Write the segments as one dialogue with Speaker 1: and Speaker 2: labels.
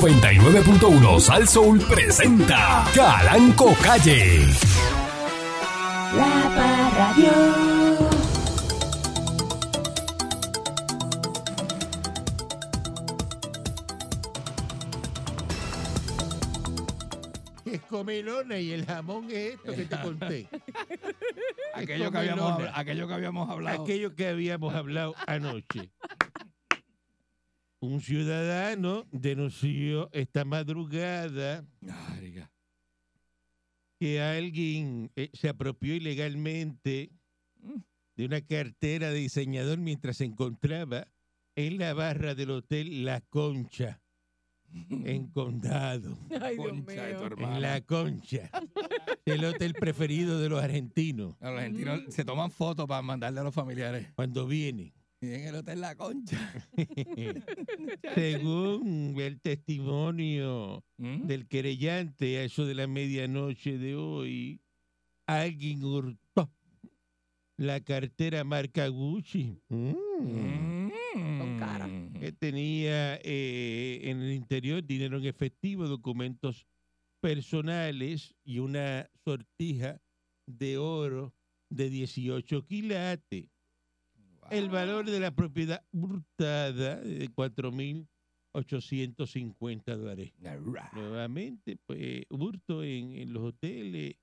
Speaker 1: 99.1 Sal Soul presenta Calanco Calle.
Speaker 2: La Parradio.
Speaker 3: que es comelona y el jamón es esto que te conté.
Speaker 4: aquello que,
Speaker 3: Comelona.
Speaker 4: habíamos, habla- aquello que habíamos hablado.
Speaker 3: Aquello que habíamos hablado anoche. Un ciudadano denunció esta madrugada
Speaker 4: Ah, diga.
Speaker 3: que alguien eh, se apropió ilegalmente de una cartera de diseñador mientras se encontraba en la barra del hotel La Concha, en Condado.
Speaker 5: Ay, Dios
Speaker 4: Concha de tu
Speaker 5: mío.
Speaker 4: hermana.
Speaker 3: En La Concha, el hotel preferido de los argentinos
Speaker 4: Los argentinos se toman fotos para mandarle a los familiares.
Speaker 3: cuando vienen.
Speaker 4: Y en el hotel La Concha.
Speaker 3: Según el testimonio
Speaker 4: ¿Mm?
Speaker 3: del querellante a eso de la medianoche de hoy, alguien hurtó la cartera marca Gucci mm,
Speaker 4: Mm.
Speaker 5: Con cara.
Speaker 3: que tenía eh, en el interior dinero en efectivo, documentos personales y una sortija de oro de 18 quilates. El valor de la propiedad hurtada de 4.850 dólares.
Speaker 4: Alright.
Speaker 3: Nuevamente, pues, hurto en, en los hoteles,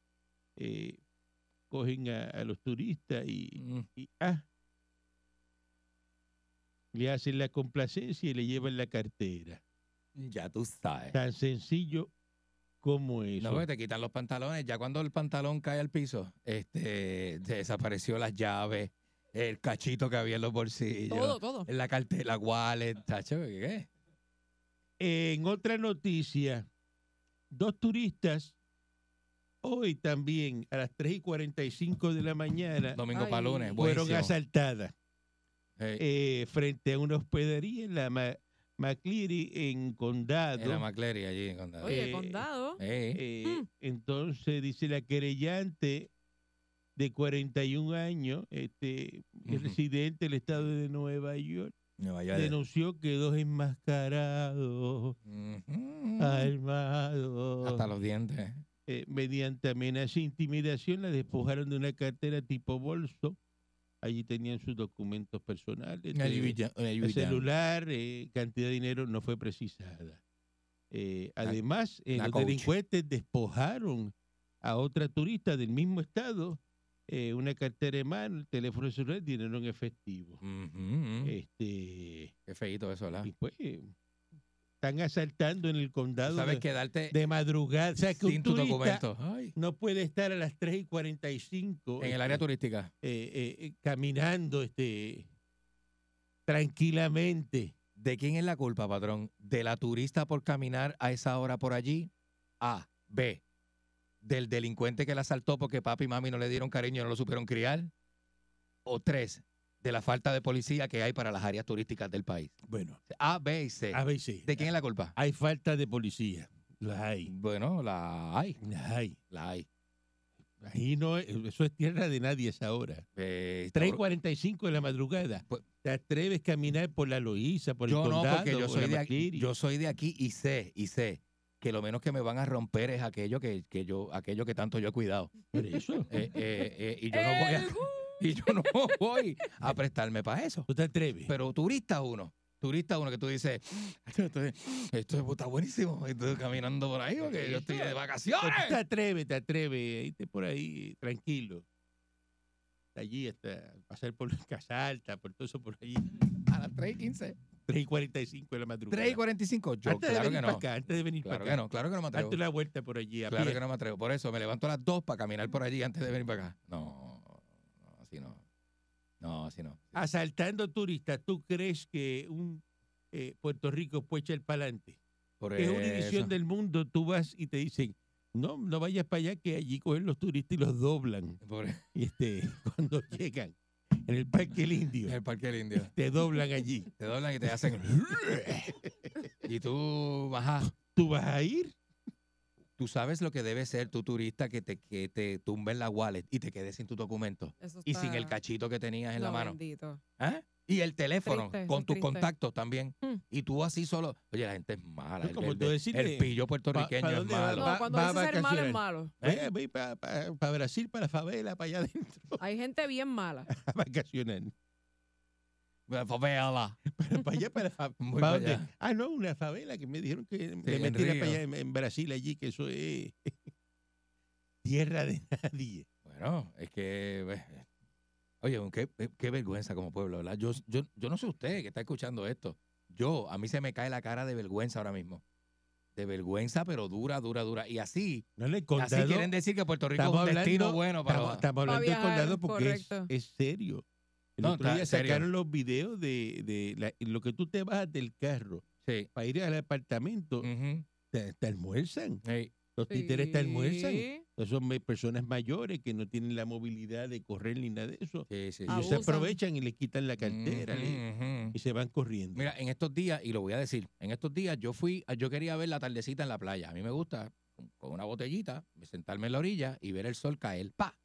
Speaker 3: eh, cogen a, a los turistas y,
Speaker 4: Mm.
Speaker 3: y, ah, le hacen la complacencia y le llevan la cartera.
Speaker 4: Ya tú sabes.
Speaker 3: Tan sencillo como eso.
Speaker 4: No, porque te quitan los pantalones. Ya cuando el pantalón cae al piso, este, se desapareció las llaves, el cachito que había en los bolsillos,
Speaker 5: Todo, todo.
Speaker 4: en la cartera, la wallet, tacho, ¿qué?
Speaker 3: En otra noticia, dos turistas hoy también a las 3 y 45 de la mañana
Speaker 4: Domingo
Speaker 5: Ay.
Speaker 4: para lunes,
Speaker 3: fueron
Speaker 4: buenísimo.
Speaker 3: asaltadas.
Speaker 4: Ey,
Speaker 3: eh, frente a una hospedería en la Ma- McCleary en Condado.
Speaker 4: en la McCleary allí en Condado.
Speaker 5: Oye,
Speaker 3: Eh,
Speaker 5: condado.
Speaker 4: Ey.
Speaker 3: Eh,
Speaker 5: Mm.
Speaker 3: Entonces dice la querellante de 41 años, este,
Speaker 4: Ujú.
Speaker 3: residente del estado de Nueva York,
Speaker 4: Nueva York.
Speaker 3: denunció que dos enmascarados,
Speaker 4: Ujú.
Speaker 3: armados,
Speaker 4: Hasta los dientes.
Speaker 3: eh, mediante amenaza e intimidación la despojaron de una cartera tipo bolso. Allí tenían sus documentos personales.
Speaker 4: Una
Speaker 3: de-
Speaker 4: lluvia- una
Speaker 3: El
Speaker 4: lluvia.
Speaker 3: celular, eh, cantidad de dinero no fue precisada. Eh, además, eh,
Speaker 4: la
Speaker 3: los
Speaker 4: coach.
Speaker 3: delincuentes despojaron a otra turista del mismo estado eh, una cartera en mano, el teléfono celular, dinero en efectivo.
Speaker 4: Ujú.
Speaker 3: Este,
Speaker 4: Qué feíto eso, ¿verdad?
Speaker 3: y pues, eh, están asaltando en el condado
Speaker 4: Sabes
Speaker 3: de,
Speaker 4: que darte
Speaker 3: de madrugada. O sea, que
Speaker 4: sin
Speaker 3: un
Speaker 4: tu
Speaker 3: turista
Speaker 4: documento. Ay.
Speaker 3: no puede estar a las 3 y 45
Speaker 4: En el
Speaker 3: este,
Speaker 4: área turística.
Speaker 3: eh, eh, eh, caminando este, tranquilamente.
Speaker 4: ¿De quién es la culpa, patrón? ¿De la turista por caminar a esa hora por allí? A. B. ¿Del delincuente que la asaltó porque papi y mami no le dieron cariño y no lo supieron criar? O tres, de la falta de policía que hay para las áreas turísticas del país.
Speaker 3: Bueno.
Speaker 4: A, B y C.
Speaker 3: A ver, sí.
Speaker 4: Eh, ¿De quién es la culpa?
Speaker 3: Hay falta de policía. La hay.
Speaker 4: Bueno, la hay.
Speaker 3: La hay.
Speaker 4: La hay.
Speaker 3: Ahí no, es- eso es tierra de nadie esa hora.
Speaker 4: Eh, está
Speaker 3: 3.45 de la madrugada.
Speaker 4: Pues-
Speaker 3: ¿Te atreves a caminar por la Loíza, por
Speaker 4: yo
Speaker 3: el condado?
Speaker 4: no, porque yo
Speaker 3: por
Speaker 4: soy,
Speaker 3: la
Speaker 4: de aquí,
Speaker 3: Macquarie?
Speaker 4: yo soy de aquí y sé, y sé que lo menos que me van a romper es aquello que, que yo, aquello que tanto yo he cuidado.
Speaker 3: Por eso.
Speaker 4: Eh, eh, eh, y, yo no voy a,
Speaker 5: El gu-
Speaker 4: y yo no voy a prestarme para eso.
Speaker 3: ¿Tú te atreves?
Speaker 4: Pero turista uno, turista uno que tú dices, esto, esto está buenísimo, estoy caminando por ahí porque yo estoy
Speaker 3: Pero
Speaker 4: de
Speaker 3: tú te
Speaker 4: vacaciones.
Speaker 3: atreves, te atreves. Irte por ahí, tranquilo. Hasta allí, hasta pasar por Casa Alta, por todo eso por allí.
Speaker 4: A las 3 y 15.
Speaker 3: 3.45 de la madrugada.
Speaker 4: 3 y 45, yo
Speaker 3: antes de
Speaker 4: claro
Speaker 3: venir
Speaker 4: que
Speaker 3: para
Speaker 4: no.
Speaker 3: acá, antes de venir
Speaker 4: Claro
Speaker 3: para
Speaker 4: que
Speaker 3: acá.
Speaker 4: no, claro que no me atrevo.
Speaker 3: Date una vuelta por allí, a
Speaker 4: Claro
Speaker 3: pie.
Speaker 4: que no me atrevo. Por eso me levanto a las dos para caminar por allí antes de venir para acá. No, no, así no. No, así no.
Speaker 3: asaltando turistas, ¿tú crees que un eh, Puerto Rico puede echar para adelante?
Speaker 4: Por
Speaker 3: Que es una
Speaker 4: Pues, eso.
Speaker 3: edición del mundo, tú vas y te dicen, no, no vayas para allá, que allí cogen los turistas y los doblan.
Speaker 4: Por
Speaker 3: Y este, cuando llegan en el Parque El Indio,
Speaker 4: el Parque del Indio.
Speaker 3: te doblan allí.
Speaker 4: Te doblan y te hacen. y tú bajas.
Speaker 3: ¿Tú vas a ir?
Speaker 4: Tú sabes lo que debe ser tu turista que te, que te tumbe en la wallet y te quedes sin tu documento
Speaker 5: Eso
Speaker 4: y sin
Speaker 5: está-
Speaker 4: el cachito que tenías en
Speaker 5: Ah. no,
Speaker 4: la mano.
Speaker 5: bendito.
Speaker 4: ¿Ah? Y el teléfono,
Speaker 5: Triste,
Speaker 4: con
Speaker 5: es
Speaker 4: tus
Speaker 5: triste.
Speaker 4: contactos también.
Speaker 5: Hmm.
Speaker 4: Y tú así solo. Oye, la gente es mala.
Speaker 3: No,
Speaker 4: el,
Speaker 3: como
Speaker 4: el-
Speaker 3: tú
Speaker 4: el-
Speaker 3: decirle,
Speaker 4: el pillo puertorriqueño
Speaker 3: pa- pa
Speaker 4: es
Speaker 3: dónde
Speaker 4: malo.
Speaker 5: No,
Speaker 3: va-
Speaker 5: cuando
Speaker 3: va a
Speaker 5: dices ser malo es
Speaker 3: vacacionar.
Speaker 5: malo.
Speaker 4: ¿Eh?
Speaker 3: Ve, ve para Brasil, para favela, para allá adentro,
Speaker 5: Hay gente bien mala.
Speaker 3: a vacacionar.
Speaker 4: Ve- favela.
Speaker 3: Para, para allá, para fa-
Speaker 4: Voy
Speaker 3: ¿pa'
Speaker 4: para
Speaker 3: dónde?
Speaker 4: allá.
Speaker 3: Ah, no, una favela que me dijeron que me
Speaker 4: en
Speaker 3: metiera
Speaker 4: Río.
Speaker 3: para allá en, en Brasil, allí, que eso es tierra de nadie.
Speaker 4: Bueno, es que. ve, eh, Oye, qué, eh, qué vergüenza como pueblo, ¿verdad? Yo, yo, yo no sé usted que está escuchando esto. Yo, a mí se me cae la cara de vergüenza ahora mismo. De vergüenza, pero dura, dura, dura. Y así,
Speaker 3: No le
Speaker 4: así quieren decir que Puerto Rico es un
Speaker 3: Estamos hablando-
Speaker 4: destino bueno para.
Speaker 3: Estamos, estamos hablando del
Speaker 5: viajar,
Speaker 3: condado porque es,
Speaker 5: correcto.
Speaker 3: es serio. El
Speaker 4: No,
Speaker 3: otro
Speaker 4: está
Speaker 3: día
Speaker 4: serio.
Speaker 3: sacaron los videos de, de la- lo que tú te bajas del carro
Speaker 4: Sí.
Speaker 3: para ir al apartamento,
Speaker 4: Ujú.
Speaker 3: te, te almuerzan.
Speaker 4: Ey,
Speaker 3: Los
Speaker 4: este
Speaker 3: títeres te almuerzan.
Speaker 5: Sí.
Speaker 3: Entonces son me- personas mayores que no tienen la movilidad de correr ni nada de eso.
Speaker 4: sí, sí, sí.
Speaker 3: Ellos se
Speaker 5: Abusan.
Speaker 3: aprovechan y les quitan la Ah, cartera
Speaker 4: Ujú,
Speaker 3: le-
Speaker 4: ujú.
Speaker 3: y se van corriendo.
Speaker 4: Mm. Mira, en estos días, y lo voy a decir, en estos días yo fui, yo quería ver la tardecita en la playa. A mí me gusta, con- con una botellita, sentarme en la orilla y ver el sol caer. ¡Pa!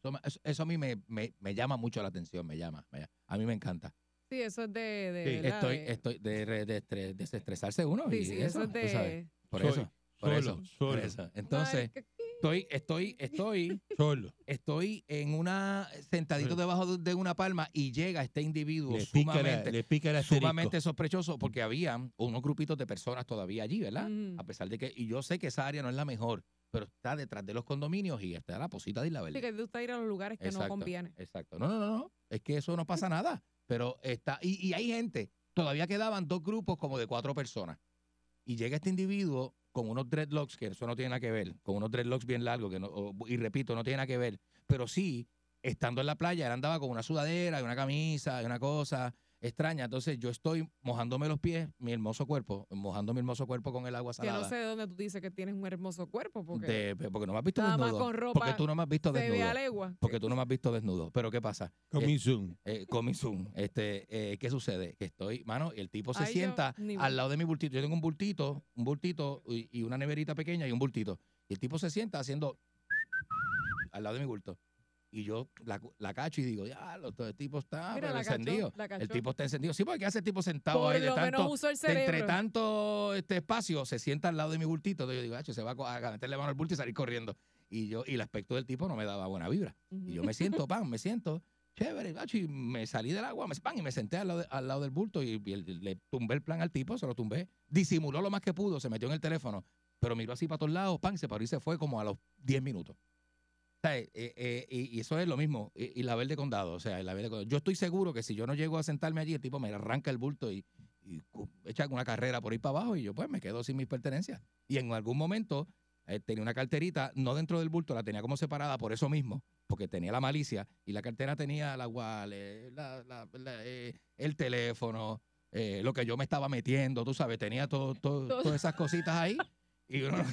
Speaker 4: Eso, me- eso- eso a mí me, me- me llama mucho la atención, me llama. me llama. A mí me encanta.
Speaker 5: Sí, eso es de. de
Speaker 3: Sí.
Speaker 5: ¿verdad?
Speaker 4: Estoy,
Speaker 5: De-
Speaker 4: estoy de, re- de estre- desestresarse uno.
Speaker 5: Sí,
Speaker 4: y
Speaker 5: sí,
Speaker 4: eso,
Speaker 5: eso es
Speaker 4: tú sabes,
Speaker 5: de.
Speaker 4: Por
Speaker 3: Soy
Speaker 4: eso, por
Speaker 3: solo,
Speaker 4: eso,
Speaker 3: solo,
Speaker 4: por eso. Entonces,
Speaker 5: Ay,
Speaker 4: estoy, estoy, estoy,
Speaker 3: solo.
Speaker 4: estoy en una, sentadito
Speaker 3: Sí.
Speaker 4: debajo de- de una palma y llega este individuo
Speaker 3: Le pica, la,
Speaker 4: sumamente
Speaker 3: le pica el asterisco.
Speaker 4: sumamente sospechoso porque había unos grupitos de personas todavía allí, ¿verdad?
Speaker 5: Ujú.
Speaker 4: A pesar de que, y yo sé que esa área no es la mejor, pero está detrás de los condominios y está la posita de Isla
Speaker 5: Sí,
Speaker 4: Verde.
Speaker 5: que te gusta ir a los lugares que no conviene.
Speaker 4: Exacto. No, no, no, no. Es que eso no pasa nada. Pero está, y, y hay gente, todavía quedaban dos grupos como de cuatro personas. Y llega este individuo con unos dreadlocks, que eso no tiene nada que ver, con unos dreadlocks bien largos, que no, o- y repito, no tiene nada que ver. Pero sí, estando en la playa, él andaba con una sudadera, y una camisa, y una cosa extraña. Entonces yo estoy mojándome los pies, mi hermoso cuerpo, mojando mi hermoso cuerpo con el agua
Speaker 5: Que
Speaker 4: salada.
Speaker 5: no sé de dónde tú dices que tienes un hermoso cuerpo, porque
Speaker 4: De- porque no me has visto
Speaker 5: nada más
Speaker 4: desnudo.
Speaker 5: con ropa
Speaker 4: porque tú no me has visto
Speaker 5: se ve a
Speaker 4: desnudo.
Speaker 5: legua.
Speaker 4: Porque tú no me has visto desnudo. Pero ¿qué pasa?
Speaker 3: Coming soon.
Speaker 4: Eh, coming soon. Este, eh, ¿Qué sucede? Que estoy, mano, y el tipo se
Speaker 5: Ay, yo
Speaker 4: sienta
Speaker 5: ni voy.
Speaker 4: al lado de mi bultito. Yo tengo un bultito, un bultito y, y una neverita pequeña y un bultito. Y el tipo se sienta haciendo al lado de mi bulto. Y yo la, cu- la cacho y digo, ya, lo- todo el tipo está
Speaker 5: Mira,
Speaker 4: pero
Speaker 5: la cachó,
Speaker 4: encendido.
Speaker 5: la
Speaker 4: el
Speaker 5: cachó.
Speaker 4: tipo está encendido. Sí, porque ¿qué hace el tipo sentado
Speaker 5: Por
Speaker 4: ahí de
Speaker 5: lo menos
Speaker 4: tanto,
Speaker 5: uso el
Speaker 4: de entre
Speaker 5: cerebro.
Speaker 4: tanto este espacio, se sienta al lado de mi bultito. Entonces yo digo, "Acho, se va a co- a meterle mano al bulto y salir corriendo. Y yo, y el aspecto del tipo no me daba buena vibra. Y yo
Speaker 5: Ujú.
Speaker 4: me siento, pan, me siento chévere, gacho, y me salí del agua, me, pan, y me senté al lado, de- al lado del bulto y, y el- le tumbé el plan al tipo, se lo tumbé. Disimuló lo más que pudo, se metió en el teléfono, pero miró así para todos lados, pan, se paró y se fue como a los 10 minutos. O sea, eh, eh, y, y eso es lo mismo, y, y la verde condado, o sea, la verde condado. Yo estoy seguro que si yo no llego a sentarme allí, el tipo me arranca el bulto y, y cu- echa una carrera por ahí para abajo y yo pues me quedo sin mis pertenencias. Y en algún momento eh, tenía una carterita, no dentro del bulto, la tenía como separada por eso mismo, porque tenía la malicia y la cartera tenía la wallet, la- la- la, eh, el teléfono, eh, lo que yo me estaba metiendo, tú sabes, tenía todo, todo-
Speaker 5: Todo.
Speaker 4: todas esas cositas ahí y uno no,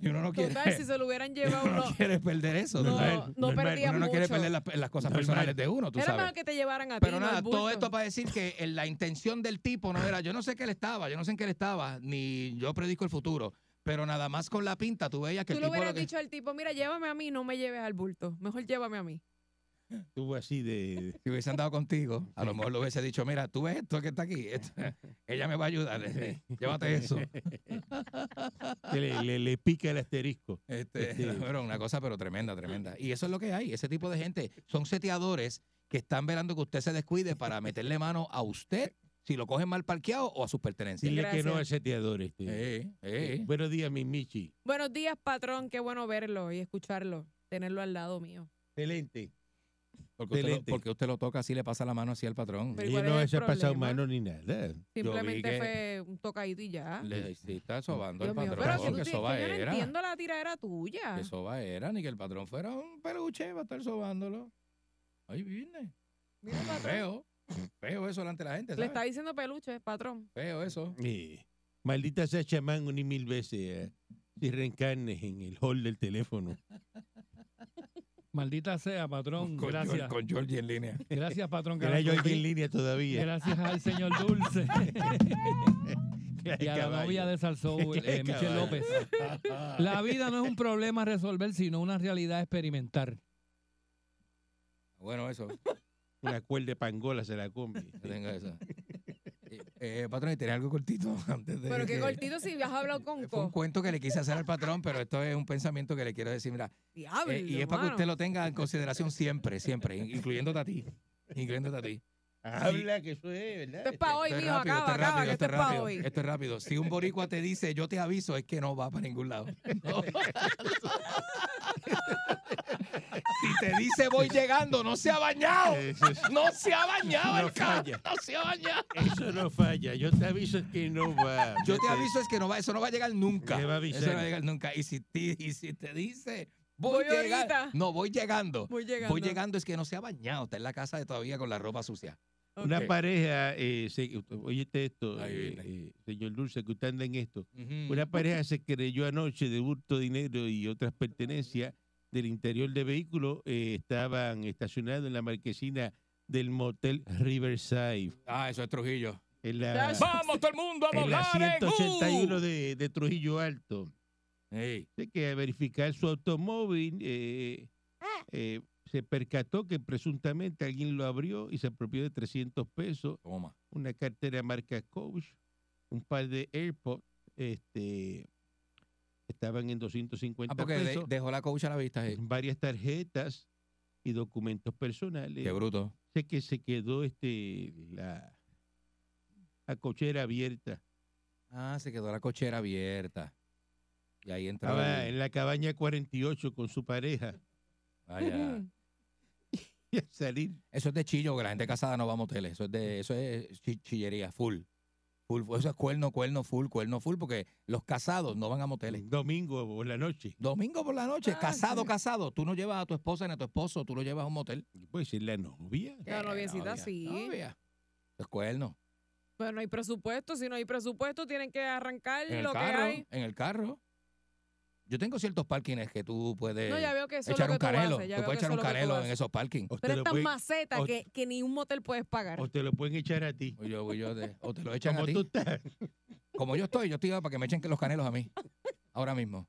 Speaker 4: y uno no quiere,
Speaker 5: Total, si se lo hubieran llevado
Speaker 4: uno no
Speaker 5: uno-
Speaker 4: quiere perder eso. tú
Speaker 5: no,
Speaker 4: sabes.
Speaker 5: no
Speaker 3: normal,
Speaker 5: perdía
Speaker 4: Uno no quiere
Speaker 5: mucho.
Speaker 4: perder las, las cosas
Speaker 3: Normal.
Speaker 4: personales de uno, tú
Speaker 5: Era
Speaker 4: sabes.
Speaker 5: mejor que te llevaran a ti.
Speaker 4: Pero
Speaker 5: no al
Speaker 4: nada, todo
Speaker 5: bulto.
Speaker 4: esto para decir que eh, la intención del tipo no era, yo no sé qué le estaba, yo no sé en qué le estaba, ni yo predico el futuro, pero nada más con la pinta tú veías que
Speaker 5: Tú
Speaker 4: el
Speaker 5: le
Speaker 4: tipo...
Speaker 5: hubieras
Speaker 4: lo que-
Speaker 5: dicho al tipo, mira, llévame a mí, no me lleves al bulto. Mejor llévame a mí.
Speaker 3: Estuvo así de...
Speaker 4: Si hubiese andado contigo, a lo mejor le hubiese dicho, mira, tú ves esto que está aquí, esto- ella me va a ayudar, eh, llévate eso.
Speaker 3: que le, le- le pica el asterisco.
Speaker 4: Este,
Speaker 3: Este-
Speaker 4: bueno, una cosa pero tremenda, tremenda. Y eso es lo que hay, ese tipo de gente. Son seteadores que están velando que usted se descuide para meterle mano a usted si lo cogen mal parqueado o a sus pertenencias.
Speaker 3: Dile que no
Speaker 5: gracias.
Speaker 3: al seteador este.
Speaker 4: Eh, eh.
Speaker 3: Buenos días, mi Michi.
Speaker 5: Buenos días, patrón. Qué bueno verlo y escucharlo, tenerlo al lado mío.
Speaker 3: Excelente.
Speaker 4: Porque usted, lo,
Speaker 3: Excelente.
Speaker 4: porque usted lo toca así, le pasa la mano así al patrón.
Speaker 5: Pero
Speaker 3: Ella
Speaker 5: ¿cuál
Speaker 3: no
Speaker 5: es
Speaker 3: se
Speaker 5: el
Speaker 3: ha pasado
Speaker 5: problema?
Speaker 3: mano ni nada.
Speaker 4: vi
Speaker 5: Simplemente
Speaker 4: que-
Speaker 5: fue un tocadito y ya.
Speaker 4: Le sí, está sobando
Speaker 5: Dios
Speaker 4: el
Speaker 5: mío,
Speaker 4: patrón.
Speaker 5: pero si tú
Speaker 4: que
Speaker 5: te- que yo
Speaker 4: soba
Speaker 5: no
Speaker 4: era.
Speaker 5: entiendo ah. la tiradera tuya.
Speaker 4: Que soba era, ni que el patrón fuera un peluche, va a estar sobándolo. Ahí viene.
Speaker 5: Mira, patrón.
Speaker 4: Feo. Feo eso delante de la gente.
Speaker 5: Le
Speaker 4: ¿sabes?
Speaker 5: está diciendo peluche, patrón.
Speaker 4: Feo eso.
Speaker 3: Eh, maldita sea chamán un y mil veces. eh, si reencarnes en el hall del teléfono.
Speaker 6: Maldita sea, patrón.
Speaker 4: Con, George-
Speaker 6: Gracias.
Speaker 4: con Georgie en línea.
Speaker 6: Gracias, patrón.
Speaker 3: Que no hay
Speaker 6: Caracol.
Speaker 3: alguien en línea todavía.
Speaker 6: Gracias al señor Dulce y a la
Speaker 3: Caballo.
Speaker 6: novia de Salsoul,
Speaker 3: Qué
Speaker 6: eh, Michelle
Speaker 3: caballo.
Speaker 6: López. La vida no es un problema a resolver, sino una realidad a experimentar.
Speaker 4: Bueno, eso.
Speaker 3: Una cuerda de pangola se la come.
Speaker 4: Yo tengo eso. Eh, eh, patrón, y tenía algo cortito antes de.
Speaker 5: Pero qué
Speaker 4: que- Eh,
Speaker 5: cortito si has hablado con
Speaker 4: Fue un
Speaker 5: co.
Speaker 4: cuento que le quise hacer al patrón, pero esto es un pensamiento que le quiero decir. Mira,
Speaker 5: Diablo,
Speaker 4: Eh, y es para que
Speaker 5: mano.
Speaker 4: usted lo tenga en consideración siempre, siempre, in- incluyéndote a ti. Incluyéndote a ti.
Speaker 3: Habla, que eso es,
Speaker 5: Esto
Speaker 3: ¿verdad?
Speaker 5: es para hoy,
Speaker 4: Esto es
Speaker 5: mijo.
Speaker 4: eh, rápido,
Speaker 5: Acaba,
Speaker 4: esto es rápido,
Speaker 5: acaba, que
Speaker 4: esto es
Speaker 5: esto es para
Speaker 4: rápido,
Speaker 5: hoy.
Speaker 4: esto es rápido. Si un boricua te dice, yo te aviso, es que no va para ningún lado. No. si te dice, voy llegando, no se ha bañado.
Speaker 3: Eso, es-
Speaker 4: No se ha bañado
Speaker 3: No
Speaker 4: el cabrón.
Speaker 3: falla.
Speaker 4: No se ha bañado.
Speaker 3: Este, eso no falla. Yo te aviso que no va. Este,
Speaker 4: Yo te aviso, es que no va, eso no va a llegar nunca.
Speaker 3: Te va a avisar.
Speaker 4: Eso no va a llegar nunca. Y si, ti- y si te dice, voy,
Speaker 5: Voy
Speaker 4: llegando.
Speaker 5: ahorita.
Speaker 4: No, voy llegando.
Speaker 5: Voy llegando.
Speaker 4: Voy llegando es que no se ha bañado, está en la casa de todavía con la ropa sucia.
Speaker 5: Ok.
Speaker 3: Una
Speaker 4: Ok.
Speaker 3: pareja, eh, se- oye esto,
Speaker 4: Ahí
Speaker 3: eh, eh, señor Dulce, que usted anda en esto.
Speaker 4: Una-
Speaker 3: Una pareja se creyó anoche de hurto de dinero y otras pertenencias del interior del vehículo. eh, estaban estacionados en la marquesina del motel Riverside.
Speaker 4: Ah, eso es Trujillo.
Speaker 3: En la,
Speaker 4: Vamos todo el mundo a
Speaker 3: en la
Speaker 4: volar. eh, en
Speaker 3: 181
Speaker 4: U!
Speaker 3: de, de Trujillo Alto.
Speaker 4: Ey,
Speaker 3: Dice que al verificar su automóvil eh,
Speaker 4: Ah.
Speaker 3: eh, se percató que presuntamente alguien lo abrió y se apropió de 300 pesos,
Speaker 4: toma.
Speaker 3: una cartera marca Coach, un par de AirPods, este, estaban en 250
Speaker 4: Ah, porque de-
Speaker 3: pesos,
Speaker 4: dejó la coach a la vista. eh.
Speaker 3: varias tarjetas y documentos personales.
Speaker 4: Qué bruto.
Speaker 3: Sé que se quedó este la, la cochera abierta.
Speaker 4: Ah, se quedó la cochera abierta. Y ahí entraba.
Speaker 3: Estaba en la cabaña 48 con su pareja y al salir
Speaker 4: Eso es de chillo, que la gente casada no va a moteles. Eso es de, eso es chi- chillería, full. Full, Eso es cuerno, cuerno, full, cuerno, full, porque los casados no van a moteles.
Speaker 3: domingo o la noche.
Speaker 4: Domingo por la noche,
Speaker 5: Ah,
Speaker 4: casado,
Speaker 5: sí.
Speaker 4: casado. Tú no llevas a tu esposa ni a tu esposo, tú lo llevas a un motel.
Speaker 3: Pues es la novia.
Speaker 5: La
Speaker 4: Eh,
Speaker 5: noviecita
Speaker 4: novia,
Speaker 5: sí.
Speaker 4: novia. Los cuernos.
Speaker 5: Pero no hay presupuesto. Si no hay presupuesto, tienen que arrancar
Speaker 4: En el
Speaker 5: lo que
Speaker 4: carro.
Speaker 5: hay.
Speaker 4: En el carro. Yo tengo ciertos parkings que tú puedes
Speaker 5: No, ya veo que eso es lo
Speaker 4: eh, echar
Speaker 5: que
Speaker 4: un
Speaker 5: tú
Speaker 4: canelo.
Speaker 5: haces. Ya
Speaker 4: tú
Speaker 5: veo
Speaker 4: puedes
Speaker 5: que
Speaker 4: echar un
Speaker 5: eso es lo que tú
Speaker 4: canelo en
Speaker 5: haces.
Speaker 4: esos parkings.
Speaker 3: O te
Speaker 5: Pero
Speaker 3: lo
Speaker 5: estas
Speaker 3: pueden-
Speaker 5: macetas
Speaker 3: o-
Speaker 5: que, que ni un motel puedes pagar.
Speaker 3: O te lo pueden echar a ti.
Speaker 4: O, yo, o yo de- o te lo echan a
Speaker 3: Como
Speaker 4: ti.
Speaker 3: tú estás.
Speaker 4: Como yo estoy, yo estoy para que me echen que los canelos a mí. Ahora mismo.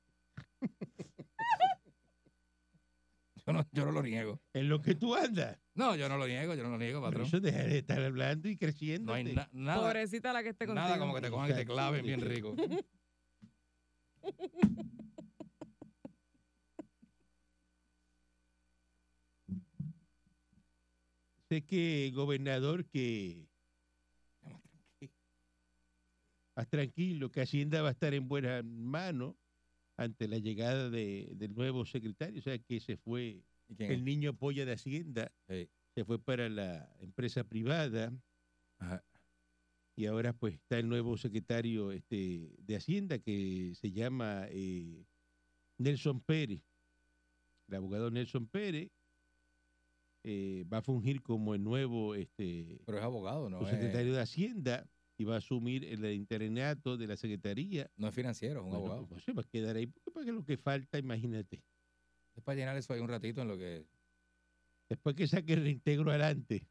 Speaker 4: Yo no, yo no lo niego.
Speaker 3: En lo que tú andas.
Speaker 4: No, yo no lo niego, yo no lo niego,
Speaker 3: Pero
Speaker 4: patrón.
Speaker 3: eso deja de estar hablando y creciendo.
Speaker 4: No hay na- nada,
Speaker 5: Pobrecita la que esté este contigo.
Speaker 4: nada como que te cojan y te claven bien rico.
Speaker 3: Sé que gobernador que. Más Ah, tranquilo, que Hacienda va a estar en buenas manos ante la llegada de- del nuevo secretario. O sea, que se fue
Speaker 4: ¿Y quién es?
Speaker 3: el niño polla de Hacienda.
Speaker 4: Sí.
Speaker 3: Se fue para la empresa privada.
Speaker 4: Ajá.
Speaker 3: Y ahora pues está el nuevo secretario este, de Hacienda que se llama eh, Nelson Pérez. El abogado Nelson Pérez eh, va a fungir como el nuevo este,
Speaker 4: Pero eh. es abogado, no es,
Speaker 3: secretario de Hacienda y va a asumir el interinato de la Secretaría.
Speaker 4: no es financiero, es un
Speaker 3: Bueno,
Speaker 4: abogado.
Speaker 3: pues, se va a quedar ahí porque para que lo que falta, imagínate.
Speaker 4: Es para llenar eso ahí un ratito en lo que
Speaker 3: Después que saque el reintegro adelante.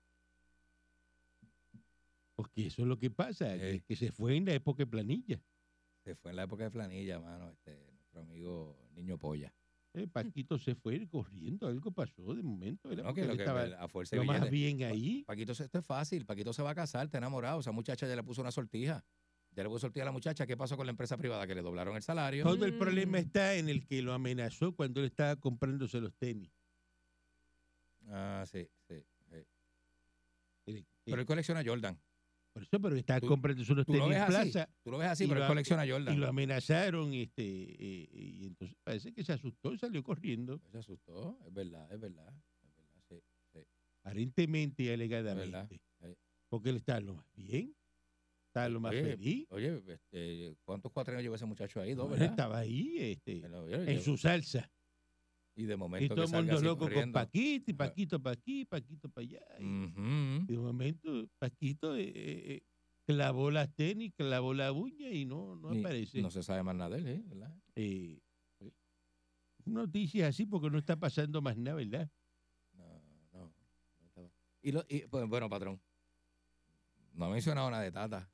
Speaker 3: Porque eso es lo que pasa, que-
Speaker 4: Ey.
Speaker 3: que se fue en la época de planilla.
Speaker 4: se fue en la época de planilla, mano, este, nuestro amigo Niño Polla.
Speaker 3: Eh, Paquito se fue corriendo, algo pasó de momento. Era
Speaker 4: No, que
Speaker 3: porque
Speaker 4: lo
Speaker 3: él
Speaker 4: que
Speaker 3: estaba
Speaker 4: a fuerza de
Speaker 3: lo más
Speaker 4: billete.
Speaker 3: bien ahí.
Speaker 4: Paquito, se- esto es fácil. Paquito se va a casar, está enamorado. Esa muchacha ya le puso una sortija. Ya le puso sortija a la muchacha. ¿Qué pasó con la empresa privada? Que le doblaron el salario.
Speaker 3: Todo el problema
Speaker 5: Mm.
Speaker 3: está en el que lo amenazó cuando él estaba comprándose los tenis.
Speaker 4: Ah, sí, sí. sí.
Speaker 3: El- el-
Speaker 4: Pero él colecciona Jordan.
Speaker 3: por eso, pero estaba
Speaker 4: tú-
Speaker 3: comprándose los
Speaker 4: tú lo
Speaker 3: tenis en
Speaker 4: ves así,
Speaker 3: plaza
Speaker 4: Tú lo ves así,
Speaker 3: Y
Speaker 4: pero
Speaker 3: lo
Speaker 4: él
Speaker 3: ha-
Speaker 4: colecciona
Speaker 3: y
Speaker 4: Jordan.
Speaker 3: lo amenazaron. este eh, Y entonces parece que se asustó y salió corriendo.
Speaker 4: Se asustó. Es verdad, es verdad. Es verdad, sí.
Speaker 3: Aparentemente y alegadamente.
Speaker 4: Sí.
Speaker 3: Porque él estaba lo más bien, estaba lo más
Speaker 4: Oye,
Speaker 3: feliz.
Speaker 4: Oye, este, ¿cuántos cuatrenos lleva ese muchacho ahí? Dos,
Speaker 3: no, él
Speaker 4: ¿verdad?
Speaker 3: estaba ahí este,
Speaker 4: Pero, oye,
Speaker 3: en
Speaker 4: lleva-
Speaker 3: su salsa.
Speaker 4: y de
Speaker 3: Y
Speaker 4: momento
Speaker 3: todo
Speaker 4: que
Speaker 3: el
Speaker 4: salga
Speaker 3: mundo
Speaker 4: así
Speaker 3: loco con
Speaker 4: corriendo.
Speaker 3: Paquito, y
Speaker 4: Ajá.
Speaker 3: Paquito para aquí, Paquito para allá. y-
Speaker 4: Ujú.
Speaker 3: De momento, Paquito eh, eh, eh, clavó las tenis, clavó la uña y no, no
Speaker 4: Ni-
Speaker 3: aparece.
Speaker 4: No se sabe más nada de él, ¿eh? ¿verdad?
Speaker 3: Eh, noticias así porque no está pasando más nada, ¿verdad?
Speaker 4: No, no. no estaba. Y, lo- y, pues, bueno, patrón. No ha mencionado nada de Tata.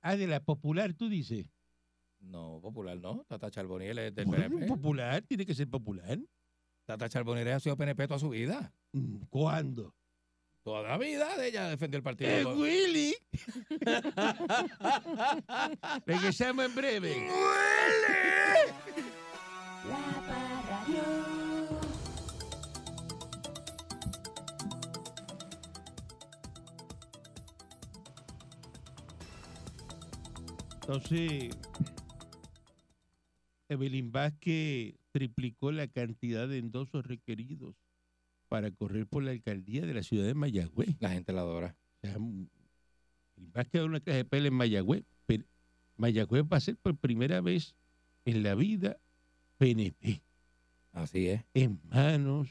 Speaker 3: Ah, de la popular, tú dices.
Speaker 4: No, popular no. Tata Charboniel es del
Speaker 3: Bueno, pues,
Speaker 4: PNP.
Speaker 3: popular, tiene que ser popular.
Speaker 4: Tata Charboniel ha sido PNP toda su vida.
Speaker 3: Mm, ¿Cuándo?
Speaker 4: Toda la vida de ella defendió el partido.
Speaker 3: ¡Es
Speaker 4: Con-
Speaker 3: Willy! Regresamos en breve. ¡Willy!
Speaker 2: La Parradio.
Speaker 3: Entonces, Evelyn Vázquez triplicó la cantidad de endosos requeridos para correr por la alcaldía de la ciudad de Mayagüez.
Speaker 4: La gente la adora.
Speaker 3: O sea, mm, Evelyn Vázquez da una clase de pelea en Mayagüez. pero Mayagüez va a ser por primera vez en la vida PNP
Speaker 4: Así es.
Speaker 3: en manos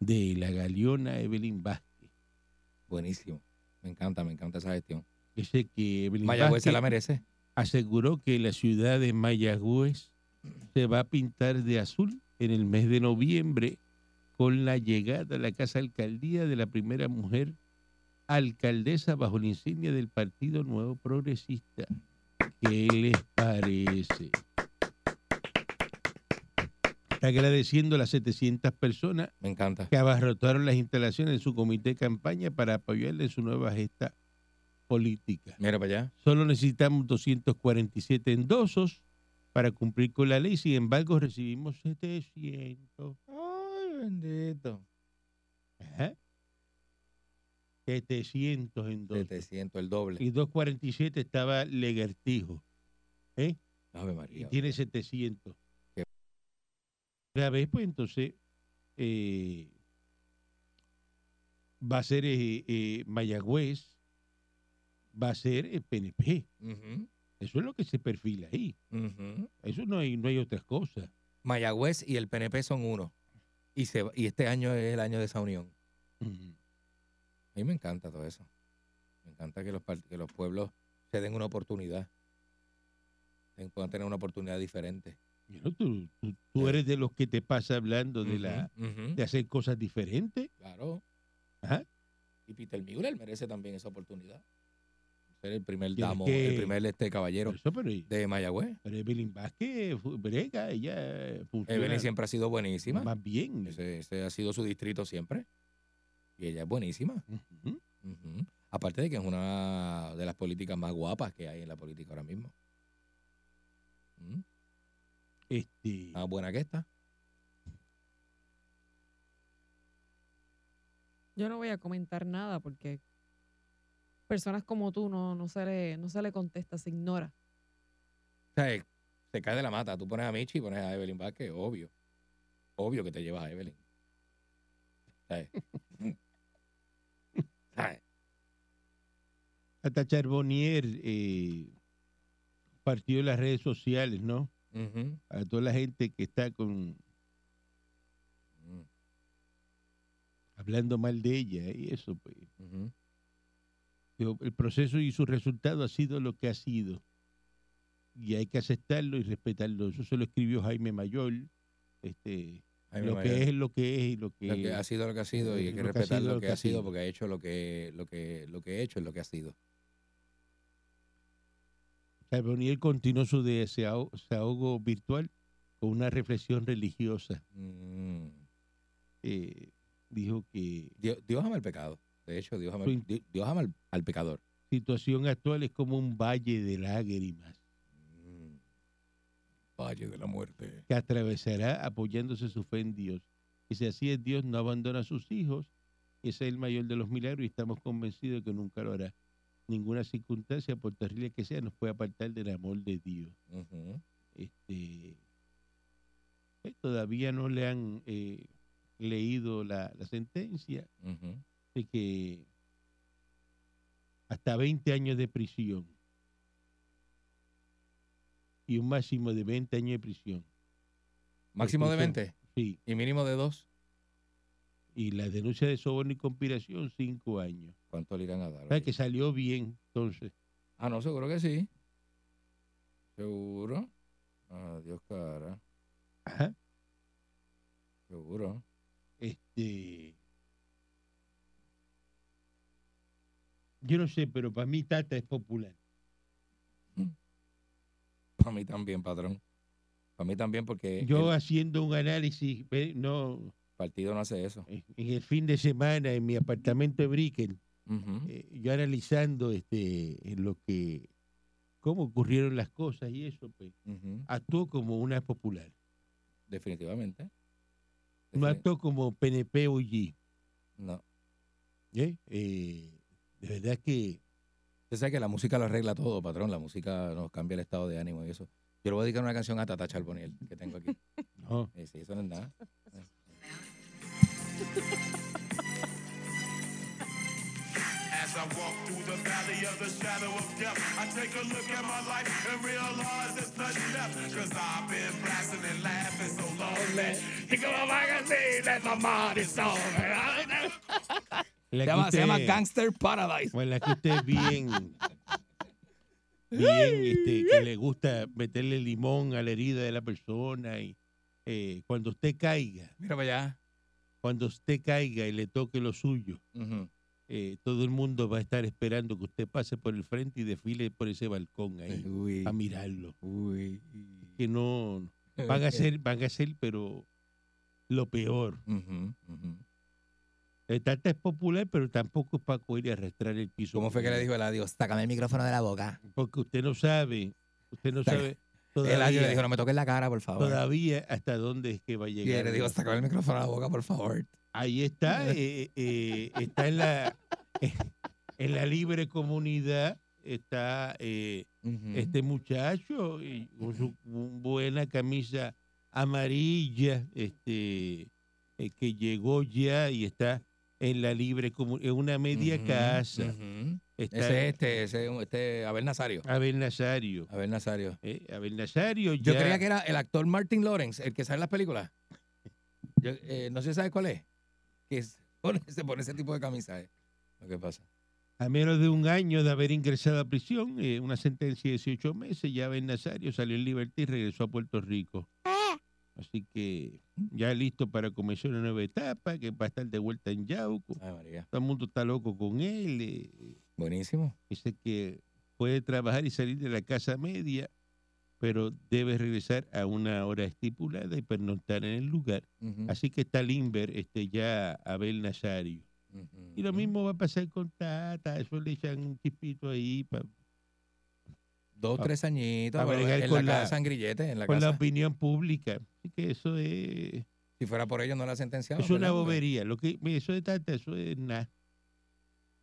Speaker 3: de la galeona Evelyn Vázquez.
Speaker 4: Buenísimo. Me encanta, me encanta esa gestión.
Speaker 3: Yo sé que Evelyn
Speaker 4: Mayagüez se
Speaker 3: Vázquez
Speaker 4: la merece.
Speaker 3: aseguró que la ciudad de Mayagüez se va a pintar de azul en el mes de noviembre con la llegada a la Casa Alcaldía de la primera mujer alcaldesa bajo la insignia del Partido Nuevo Progresista. ¿Qué les parece? Está agradeciendo a las 700 personas
Speaker 4: Me encanta.
Speaker 3: que abarrotaron las instalaciones de su comité de campaña para apoyarle en su nueva gesta política.
Speaker 4: Mira para allá.
Speaker 3: Solo necesitamos 247 endosos para cumplir con la ley, sin embargo recibimos 700.
Speaker 4: Ay, bendito.
Speaker 3: Ajá. 700 endosos.
Speaker 4: 700, el doble.
Speaker 3: Y 247 estaba Legertijo. ¿eh?
Speaker 4: Ave
Speaker 3: Y
Speaker 4: María.
Speaker 3: tiene 700.
Speaker 4: Qué-
Speaker 3: Otra vez, pues entonces eh, va a ser eh, eh, Mayagüez, va a ser eh, el PNP.
Speaker 4: Ujú,
Speaker 3: Eso es lo que se perfila ahí.
Speaker 4: ujú.
Speaker 3: Eso no hay, no hay otras cosas.
Speaker 4: Mayagüez y el PNP son uno. Y, se, y este año es el año de esa unión.
Speaker 3: Mm,
Speaker 4: A mí me encanta todo eso. Me encanta que los, par- que los pueblos se den una oportunidad. Ten- Puedan tener una oportunidad diferente.
Speaker 3: You know, tú, tú- tú eres de los que te pasa hablando de, la,
Speaker 4: Ujú, ujú.
Speaker 3: de hacer cosas diferentes.
Speaker 4: Claro.
Speaker 3: ah. Ajá.
Speaker 4: Y Peter Müller merece también esa oportunidad. Ser el primer
Speaker 3: Tienes
Speaker 4: damo,
Speaker 3: que-
Speaker 4: el primer este caballero
Speaker 3: Por eso, pero,
Speaker 4: de Mayagüez.
Speaker 3: pero Evelyn Vázquez fue- brega, ella eh, funciona
Speaker 4: Evelyn siempre ha sido buenísima.
Speaker 3: más bien.
Speaker 4: Ese, ese ha sido su distrito siempre. Y ella es buenísima.
Speaker 3: Ujú.
Speaker 4: Ujú. Aparte de que es una de las políticas más guapas que hay en la política ahora mismo. Ujú.
Speaker 3: Este,
Speaker 4: Más buena que esta.
Speaker 5: Yo no voy a comentar nada porque personas como tú no, no, se, le, no se le contesta, se ignora.
Speaker 4: O sea, eh, se cae de la mata. Tú pones a Michi y pones a Evelyn Vázquez, obvio. Obvio que te llevas a Evelyn. ¿Sabes? ¿Sabes?
Speaker 3: Hasta Charbonnier eh, partió en las redes sociales, ¿no?
Speaker 4: Ujú.
Speaker 3: A toda la gente que está con
Speaker 4: Mm,
Speaker 3: hablando mal de ella y eso, pues.
Speaker 4: ujú.
Speaker 3: Digo, El proceso y su resultado ha sido lo que ha sido. Y hay que aceptarlo y respetarlo. Eso se lo escribió Jaime Mayor. Este,
Speaker 4: Jaime
Speaker 3: lo
Speaker 4: Mayor.
Speaker 3: que es, lo que es y lo que,
Speaker 4: Lo que ha sido lo que ha sido y hay que
Speaker 3: lo que ha
Speaker 4: respetar
Speaker 3: sido
Speaker 4: eh, lo que ha sido porque ha hecho lo que lo que lo que ha hecho es lo que ha sido.
Speaker 3: Charbonnier continuó su desao- desahogo virtual con una reflexión religiosa.
Speaker 4: Mm.
Speaker 3: Eh, dijo que
Speaker 4: Dios, Dios ama el pecado. De hecho, Dios ama,
Speaker 3: Sí.
Speaker 4: Di- Dios ama al, al pecador.
Speaker 3: situación actual es como un valle de lágrimas
Speaker 4: Mm. Valle de la muerte.
Speaker 3: que atravesará apoyándose su fe en Dios. Y si así es, Dios no abandona a sus hijos. Ese es el mayor de los milagros y estamos convencidos de que nunca lo hará. Ninguna circunstancia, por terrible que sea, nos puede apartar del amor de Dios.
Speaker 4: Ujú.
Speaker 3: Este, eh, todavía no le han eh, leído la, la sentencia
Speaker 4: Ujú.
Speaker 3: de que hasta 20 años de prisión y un máximo de 20 años de prisión.
Speaker 4: Máximo de
Speaker 3: Incluso-
Speaker 4: 20
Speaker 3: Sí,
Speaker 4: y mínimo de 2.
Speaker 3: y la denuncia de soborno y conspiración, cinco años.
Speaker 4: ¿Cuánto le irán a dar?
Speaker 3: O sea,
Speaker 4: oye?
Speaker 3: que salió bien, entonces.
Speaker 4: Ah, no, seguro que sí. Seguro. Adiós, cara.
Speaker 3: Ajá.
Speaker 4: Seguro.
Speaker 3: Este, yo no sé, pero para mí Tata es popular.
Speaker 4: Para mí también, patrón. Para mí también, porque.
Speaker 3: Yo
Speaker 4: Eh, el-
Speaker 3: haciendo un análisis, ve, no,
Speaker 4: partido no hace eso.
Speaker 3: Eh, En el fin de semana, en mi apartamento de Brickell,
Speaker 4: Ujú.
Speaker 3: eh, yo analizando este, en lo que, cómo ocurrieron las cosas y eso, pues,
Speaker 4: Ujú.
Speaker 3: actuó como una popular.
Speaker 4: Definitivamente.
Speaker 3: No
Speaker 4: Defini-
Speaker 3: actuó como PNP o G.
Speaker 4: no.
Speaker 3: ¿eh? Eh, de verdad que
Speaker 4: Usted sabe que la música lo arregla todo, patrón. La música nos cambia el estado de ánimo y eso. Yo le voy a dedicar una canción a Tata Charboniel que tengo aquí.
Speaker 3: no.
Speaker 4: Eh, sí, eso no es nada.
Speaker 7: As I walk through the valley of the shadow of death, I take a look at my life and realize there's nothing left. Cause I've been blasting and laughing so long that you go like a thing that's a mighty song.
Speaker 8: Se
Speaker 3: La que
Speaker 8: llama, se llama
Speaker 3: usted-
Speaker 8: Gangster Paradise.
Speaker 3: Bueno, la que usted es Pues bien, bien, este, que le gusta meterle limón a la herida de la persona y eh, cuando usted caiga,
Speaker 8: Mira para allá.
Speaker 3: cuando usted caiga y le toque lo suyo,
Speaker 4: Ujú.
Speaker 3: eh, todo el mundo va a estar esperando que usted pase por el frente y desfile por ese balcón ahí
Speaker 8: Uy,
Speaker 3: a mirarlo.
Speaker 8: uy.
Speaker 3: Que no van a ser, van a ser, pero lo peor.
Speaker 4: Ujú, ujú.
Speaker 3: El tata es popular, pero tampoco es para coger y arrastrar el piso.
Speaker 8: ¿Cómo fue que le dijo el adiós? Sácame el micrófono de la boca.
Speaker 3: Porque usted no sabe, usted no
Speaker 8: Saca-
Speaker 3: sabe.
Speaker 8: El adiós le
Speaker 3: todavía-
Speaker 8: dijo, no me toques la cara, por favor.
Speaker 3: todavía hasta dónde es que va a
Speaker 8: Y
Speaker 3: llegar.
Speaker 8: él le dijo, sácame el micrófono de la boca, por favor.
Speaker 3: Ahí está, eh, eh, está en la eh, en la libre comunidad está eh,
Speaker 4: Ujú.
Speaker 3: este muchacho y con su buena camisa amarilla, este eh, que llegó ya y está en la libre comunidad, en una media
Speaker 4: Ujú,
Speaker 3: casa.
Speaker 4: ujú.
Speaker 3: Está
Speaker 4: Ese es este, ese es este Abel Nazario.
Speaker 3: Abel Nazario.
Speaker 4: Abel Nazario.
Speaker 3: eh, Abel Nazario
Speaker 8: Yo
Speaker 3: ya-
Speaker 8: creía que era el actor Martin Lawrence, el que sale en las películas. Yo, eh, no sé sabe cuál es. Que es- pone- se pone ese tipo de camisa. eh.
Speaker 4: Lo que pasa.
Speaker 3: A menos de un año de haber ingresado a prisión, eh, una sentencia de 18 meses, ya Ben Nazario salió en libertad y regresó a Puerto Rico. Así que ya listo para comenzar una nueva etapa, que va a estar de vuelta en Yauco.
Speaker 4: Ay, María.
Speaker 3: Todo el mundo está loco con él. eh,
Speaker 4: Buenísimo.
Speaker 3: dice que puede trabajar y salir de la casa media, pero debe regresar a una hora estipulada y pernoctar en el lugar.
Speaker 4: Ujú,
Speaker 3: Así que está limber este, ya Abel Nazario.
Speaker 4: ujú,
Speaker 3: Y lo
Speaker 4: ujú.
Speaker 3: mismo va a pasar con Tata, eso le echan un chispito ahí pa-
Speaker 4: Dos,
Speaker 3: pa-
Speaker 4: tres añitos.
Speaker 3: pa
Speaker 4: pero
Speaker 3: bregar
Speaker 4: en
Speaker 3: con
Speaker 4: la
Speaker 3: la-
Speaker 4: casa, en grillete, en la
Speaker 3: con la
Speaker 4: casa.
Speaker 3: opinión pública. Así que eso es,
Speaker 4: Si fuera por ellos, no la sentenciaban.
Speaker 3: es una
Speaker 4: ¿verdad?
Speaker 3: bobería. Lo que, mira, eso de Tata, eso es nada.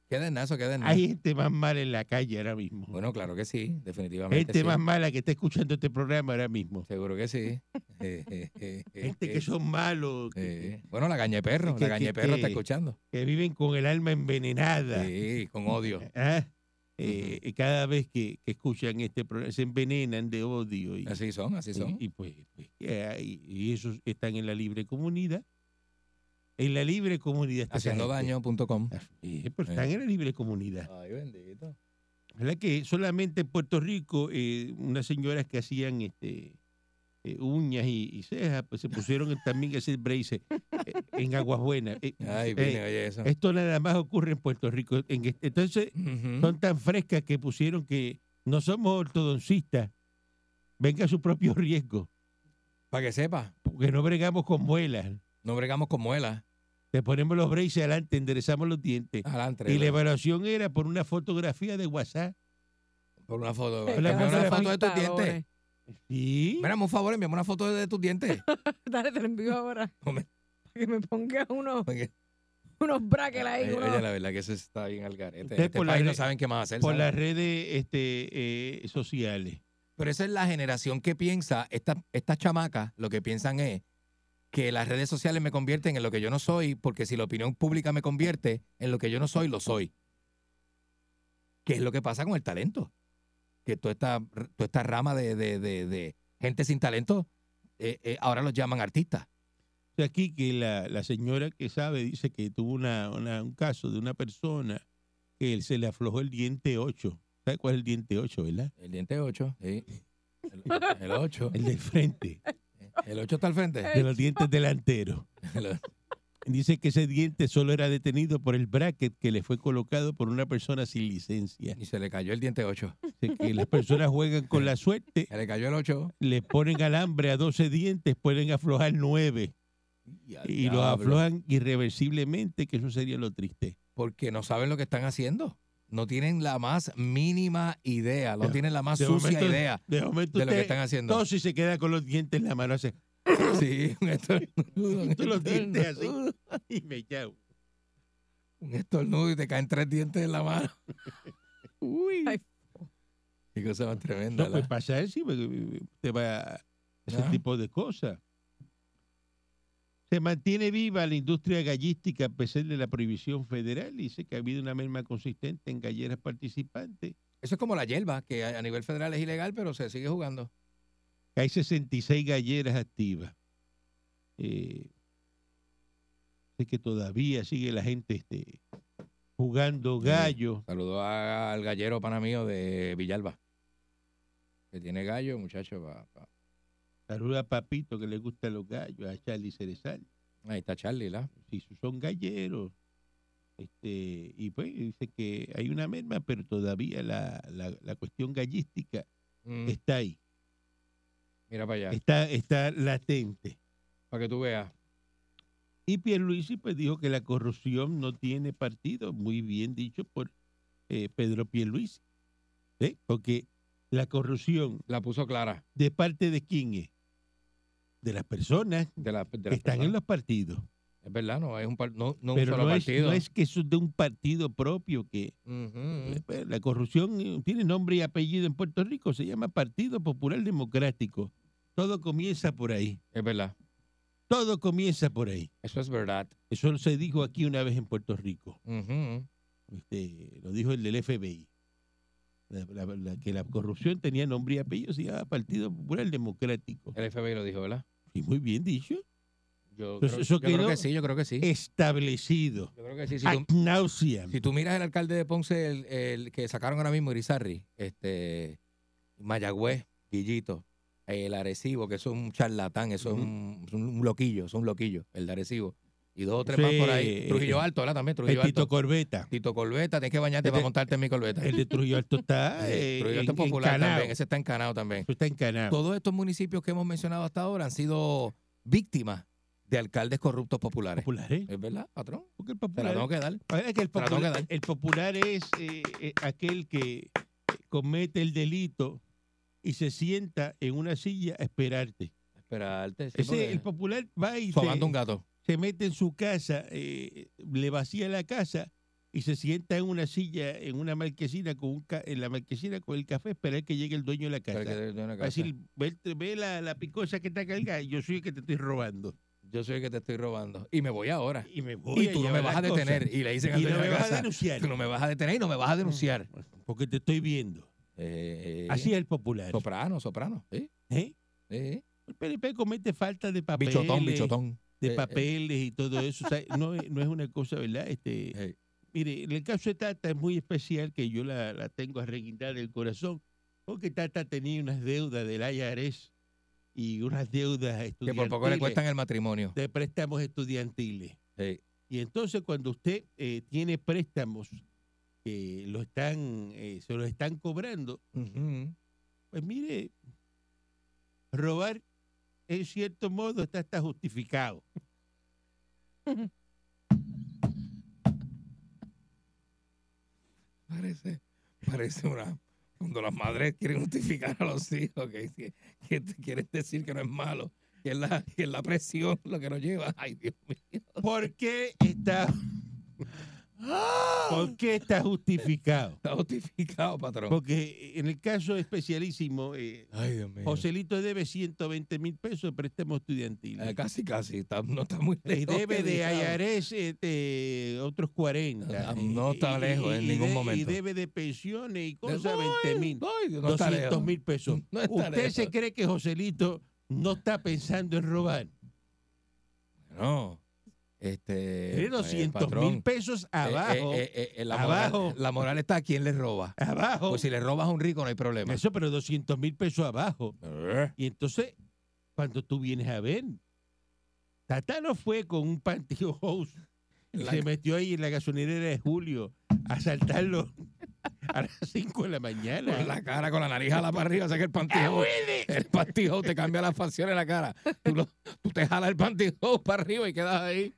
Speaker 4: Queda en nada, eso queda en nada.
Speaker 3: Hay gente más mala en la calle ahora mismo.
Speaker 4: Bueno, claro que sí, definitivamente.
Speaker 3: gente
Speaker 4: sí.
Speaker 3: más mala que está escuchando este programa ahora mismo.
Speaker 4: Seguro que sí. Eh, eh, eh,
Speaker 3: Gente
Speaker 4: eh, eh,
Speaker 3: Este que son malos, que,
Speaker 4: eh. Bueno, la caña de perro,
Speaker 3: Que- este
Speaker 4: la caña de
Speaker 3: que-
Speaker 4: perro
Speaker 3: que-
Speaker 4: está escuchando.
Speaker 3: que viven con el alma envenenada.
Speaker 4: Sí, con odio.
Speaker 3: ¿ah? Eh, Cada vez que, que escuchan este programa se envenenan de odio. Y,
Speaker 4: Así son, así son.
Speaker 3: Y, y pues, pues, ¿qué hay? y esos están en la libre comunidad. En la libre comunidad. está esa
Speaker 4: Haciendo
Speaker 3: gente.
Speaker 4: daño.com.
Speaker 3: Ah, eh, pero están
Speaker 4: Eh.
Speaker 3: en la libre comunidad.
Speaker 4: Ay, bendito.
Speaker 3: ¿Verdad que solamente en Puerto Rico eh, unas señoras que hacían este eh, uñas y, y cejas pues se pusieron también a hacer braces eh, en Aguajuena. Eh,
Speaker 4: Ay,
Speaker 3: eh,
Speaker 4: vine, oye eso.
Speaker 3: esto nada más ocurre en Puerto Rico. En este- entonces
Speaker 4: Ujú.
Speaker 3: son tan frescas que pusieron que no somos ortodoncistas. Venga a su propio riesgo.
Speaker 4: Para que sepa,
Speaker 3: Porque no bregamos con muelas.
Speaker 4: no bregamos con muela.
Speaker 3: Te ponemos los braces adelante, enderezamos los dientes.
Speaker 4: Adelante.
Speaker 3: Y la evaluación era por una fotografía de WhatsApp.
Speaker 4: Por una foto.
Speaker 5: Te
Speaker 4: Envíame
Speaker 5: quedas
Speaker 4: Pues, una
Speaker 5: sin
Speaker 4: foto de tus dientes.
Speaker 5: pantalones.
Speaker 3: Sí.
Speaker 4: Mira, hazme un favor, envíame una foto de tus dientes.
Speaker 5: Dale, te lo envío ahora.
Speaker 4: Hombre.
Speaker 5: Para que me ponga unos,
Speaker 4: Porque-
Speaker 5: unos brackets ahí.
Speaker 4: Oye,
Speaker 5: unos-
Speaker 4: eh, oye, Ah, la verdad que eso está bien al garete.
Speaker 3: Ustedes
Speaker 4: Este
Speaker 3: por la
Speaker 4: país
Speaker 3: re-
Speaker 4: no saben qué más hacer.
Speaker 3: por
Speaker 4: ¿sabes?
Speaker 3: las redes este, eh, sociales.
Speaker 4: Pero esa es la generación que piensa, esta- estas chamacas lo que piensan es que las redes sociales me convierten en lo que yo no soy, porque si la opinión pública me convierte en lo que yo no soy, lo soy. ¿Qué es lo que pasa con el talento? Que toda esta, toda esta rama de, de- de- de gente sin talento, eh, eh, ahora los llaman artistas.
Speaker 3: O sea, aquí que la, la señora que sabe dice que tuvo una, una- un caso de una persona que él se le aflojó el diente 8. ¿Sabe cuál es el diente 8, verdad?
Speaker 4: El diente 8, sí. El 8.
Speaker 3: El del frente,
Speaker 4: El 8 está al frente.
Speaker 3: de los dientes delanteros. Dice que ese diente solo era detenido por el bracket que le fue colocado por una persona sin licencia.
Speaker 4: Y se le cayó el diente 8.
Speaker 3: Dice que las personas juegan con la suerte
Speaker 4: Se le cayó el 8.
Speaker 3: le ponen alambre a 12 dientes, pueden aflojar 9. y los aflojan irreversiblemente, que eso sería lo triste.
Speaker 4: Porque no saben lo que están haciendo. No tienen la más mínima idea, no
Speaker 3: Ya.
Speaker 4: tienen la más
Speaker 3: De
Speaker 4: sucia
Speaker 3: momento-
Speaker 4: idea
Speaker 3: De momento
Speaker 4: de lo que
Speaker 3: usted
Speaker 4: están haciendo.
Speaker 3: todo si se queda con los dientes en la mano, hace
Speaker 4: Sí, un estornudo. un
Speaker 3: tú los dientes así
Speaker 4: estornudo,
Speaker 3: y me llamo.
Speaker 4: Un estornudo y te caen tres dientes en la mano. Uy.
Speaker 5: Ay,
Speaker 4: Qué cosa más tremenda.
Speaker 3: No, pues
Speaker 4: la-
Speaker 3: pasa eso, porque te va a ese
Speaker 4: Ya.
Speaker 3: tipo de cosas. Se mantiene viva la industria gallística a pesar de la prohibición federal y dice que ha habido una merma consistente en galleras participantes.
Speaker 4: Eso es como la hierba, que a a nivel federal es ilegal, pero se sigue jugando.
Speaker 3: Hay 66 galleras activas. Eh, sé que todavía sigue la gente este, jugando
Speaker 4: Sí.
Speaker 3: gallo.
Speaker 4: Saludó a- al gallero pana mío de Villalba. Que tiene gallo, muchacho. pa- pa-
Speaker 3: Saluda a Papito que le gustan los gallos, a Charlie Cerezal.
Speaker 4: Ahí está Charlie, ¿la?
Speaker 3: si son galleros. Este, y pues dice que hay una merma, pero todavía la, la- la cuestión gallística
Speaker 4: Mm,
Speaker 3: está ahí,
Speaker 4: mira para allá,
Speaker 3: está, está latente.
Speaker 4: para que tú veas.
Speaker 3: Y Pierluisi pues dijo que la corrupción no tiene partido, muy bien dicho por eh, Pedro Pierluisi, ¿eh? porque la corrupción
Speaker 4: La puso clara.
Speaker 3: de parte de quién es, de las personas
Speaker 4: De la, de
Speaker 3: que
Speaker 4: las
Speaker 3: están en
Speaker 4: personas.
Speaker 3: los partidos,
Speaker 4: Es verdad, no es un, par- no, no un
Speaker 3: pero
Speaker 4: solo
Speaker 3: no es,
Speaker 4: partido.
Speaker 3: no es que eso es de un partido propio que
Speaker 4: Ujú.
Speaker 3: Eh, pues, La corrupción eh, tiene nombre y apellido en Puerto Rico, se llama Partido Popular Democrático. Todo comienza por ahí,
Speaker 4: Es verdad.
Speaker 3: todo comienza por ahí.
Speaker 4: Eso es verdad.
Speaker 3: Eso se dijo aquí una vez en Puerto Rico,
Speaker 4: Ujú.
Speaker 3: este, lo dijo el del FBI, La- la- la- que la corrupción tenía nombre y apellido, se llamaba Partido Popular Democrático.
Speaker 4: El FBI lo dijo, ¿verdad?
Speaker 3: Y muy bien dicho,
Speaker 4: Yo,
Speaker 3: Pues
Speaker 4: creo,
Speaker 3: eso Eh.
Speaker 4: yo creo
Speaker 3: quedó-
Speaker 4: que sí, yo creo que sí.
Speaker 3: establecido,
Speaker 4: Yo creo que sí. Si tú,
Speaker 3: ad nauseam.
Speaker 4: si tú miras el alcalde de Ponce, el, el que sacaron ahora mismo, Irizarri, este, Mayagüez, Guillito, el Arecibo, que eso es un charlatán, eso
Speaker 3: Ujú.
Speaker 4: es un, es un loquillo, son loquillos, el de Arecibo. Y dos o tres más
Speaker 3: Sí,
Speaker 4: por ahí. Trujillo
Speaker 3: eh,
Speaker 4: Alto, ¿verdad? También
Speaker 3: El
Speaker 4: Trujillo
Speaker 3: Tito
Speaker 4: Alto.
Speaker 3: Corbeta,
Speaker 4: Tito Corbeta, tienes que bañarte
Speaker 3: El de-
Speaker 4: para montarte en mi Corbeta.
Speaker 3: el de Trujillo Alto está
Speaker 4: Eh,
Speaker 3: Este- eh,
Speaker 4: Trujillo Alto
Speaker 3: en-
Speaker 4: es popular
Speaker 3: encanao.
Speaker 4: también, ese está encanado también.
Speaker 3: Eso está encanao.
Speaker 4: Todos estos municipios que hemos mencionado hasta ahora han sido víctimas de alcaldes corruptos populares.
Speaker 3: Popular, ¿eh?
Speaker 4: ¿Es verdad, patrón?
Speaker 3: Porque el
Speaker 4: Te la
Speaker 3: popular
Speaker 4: tengo que dar.
Speaker 3: Ahora es que el
Speaker 4: Te la tengo que
Speaker 3: popular,
Speaker 4: dar.
Speaker 3: el popular es eh, eh, aquel que comete el delito y se sienta en una silla a esperarte.
Speaker 4: Esperarte. sí,
Speaker 3: Ese,
Speaker 4: porque-
Speaker 3: el popular va y se,
Speaker 4: sobando un gato.
Speaker 3: se mete en su casa, eh, le vacía la casa y se sienta en una silla, en una marquesina, con un ca- en la marquesina con el café, esperar que llegue el dueño de la
Speaker 4: Pero
Speaker 3: casa.
Speaker 4: que de- de
Speaker 3: Va
Speaker 4: una
Speaker 3: a
Speaker 4: casa.
Speaker 3: decir, ve, ve la, la picosa que está cargada, yo soy el que te estoy robando.
Speaker 4: Yo soy el que te estoy robando. Y me voy ahora.
Speaker 3: Y me voy
Speaker 4: Y
Speaker 3: a
Speaker 4: tú no me
Speaker 3: llevar
Speaker 4: vas a
Speaker 3: las cosas.
Speaker 4: detener. Y le dicen al
Speaker 3: Y no
Speaker 4: dueño de
Speaker 3: me
Speaker 4: la
Speaker 3: vas a Mm.
Speaker 4: casa,
Speaker 3: denunciar,
Speaker 4: Tú no me vas a detener y no me vas a denunciar.
Speaker 3: porque te estoy viendo.
Speaker 4: Eh,
Speaker 3: Así es el popular.
Speaker 4: Soprano, soprano. Sí.
Speaker 3: ¿eh?
Speaker 4: sí.
Speaker 3: El PNP comete falta de papeles.
Speaker 4: Bichotón, bichotón.
Speaker 3: De
Speaker 4: Eh, eh.
Speaker 3: papeles y todo eso. o sea, no, es- no es una cosa, ¿verdad? Este,
Speaker 4: Ey.
Speaker 3: Mire, en el caso de Tata es muy especial que yo la, la tengo a reguindar el corazón, porque Tata tenía unas deudas del IRS y unas deudas
Speaker 4: Que
Speaker 3: estudiantiles.
Speaker 4: por poco le cuestan el matrimonio.
Speaker 3: De préstamos estudiantiles.
Speaker 4: Sí.
Speaker 3: Y entonces cuando usted eh, tiene préstamos que lo están, eh, se los están cobrando,
Speaker 4: Ujú.
Speaker 3: pues mire, robar en cierto modo está hasta justificado.
Speaker 4: Parece, parece una. Cuando las madres quieren justificar a los hijos, que, que, que te quieren decir que no es malo, que es la, que es la presión lo que nos lleva. Ay, Dios mío.
Speaker 3: ¿Por qué está,
Speaker 4: ¡Ah!
Speaker 3: ¿por qué está justificado?
Speaker 4: Está justificado, patrón.
Speaker 3: Porque en el caso especialísimo, eh,
Speaker 4: Ay, Dios mío.
Speaker 3: Joselito debe 120 mil pesos de préstamo estudiantil.
Speaker 4: Eh, casi, casi. está- no está muy
Speaker 3: Y
Speaker 4: lejos.
Speaker 3: debe de
Speaker 4: dedicado.
Speaker 3: IARES este, otros 40.
Speaker 4: No está
Speaker 3: Y-
Speaker 4: lejos en
Speaker 3: y
Speaker 4: ningún
Speaker 3: de- Y
Speaker 4: momento.
Speaker 3: debe de pensiones y
Speaker 4: Ay,
Speaker 3: cosas 20 mil.
Speaker 4: ay, Dios, no está
Speaker 3: 200
Speaker 4: lejos.
Speaker 3: mil pesos.
Speaker 4: No está
Speaker 3: ¿Usted
Speaker 4: lejos.
Speaker 3: se cree que Joselito no está pensando en robar?
Speaker 4: No. Este.
Speaker 3: Tiene 200 mil
Speaker 4: Eh,
Speaker 3: pesos abajo.
Speaker 4: la,
Speaker 3: abajo.
Speaker 4: Moral, la moral está a quien le roba.
Speaker 3: abajo.
Speaker 4: Pues si le robas a un rico no hay problema.
Speaker 3: Eso, pero 200 mil pesos abajo.
Speaker 4: Eh,
Speaker 3: Y entonces, cuando tú vienes a ver, Tata no fue con un panty hose. y
Speaker 4: La-
Speaker 3: Se metió ahí en la gasolinera de Julio a saltarlo a las 5 de la mañana.
Speaker 4: Con la cara, con la nariz a la para arriba, o sea que el pantijo. El pantijo te cambia la facción en la cara. Tú, lo- tú te jalas el pantijo para arriba y quedas ahí.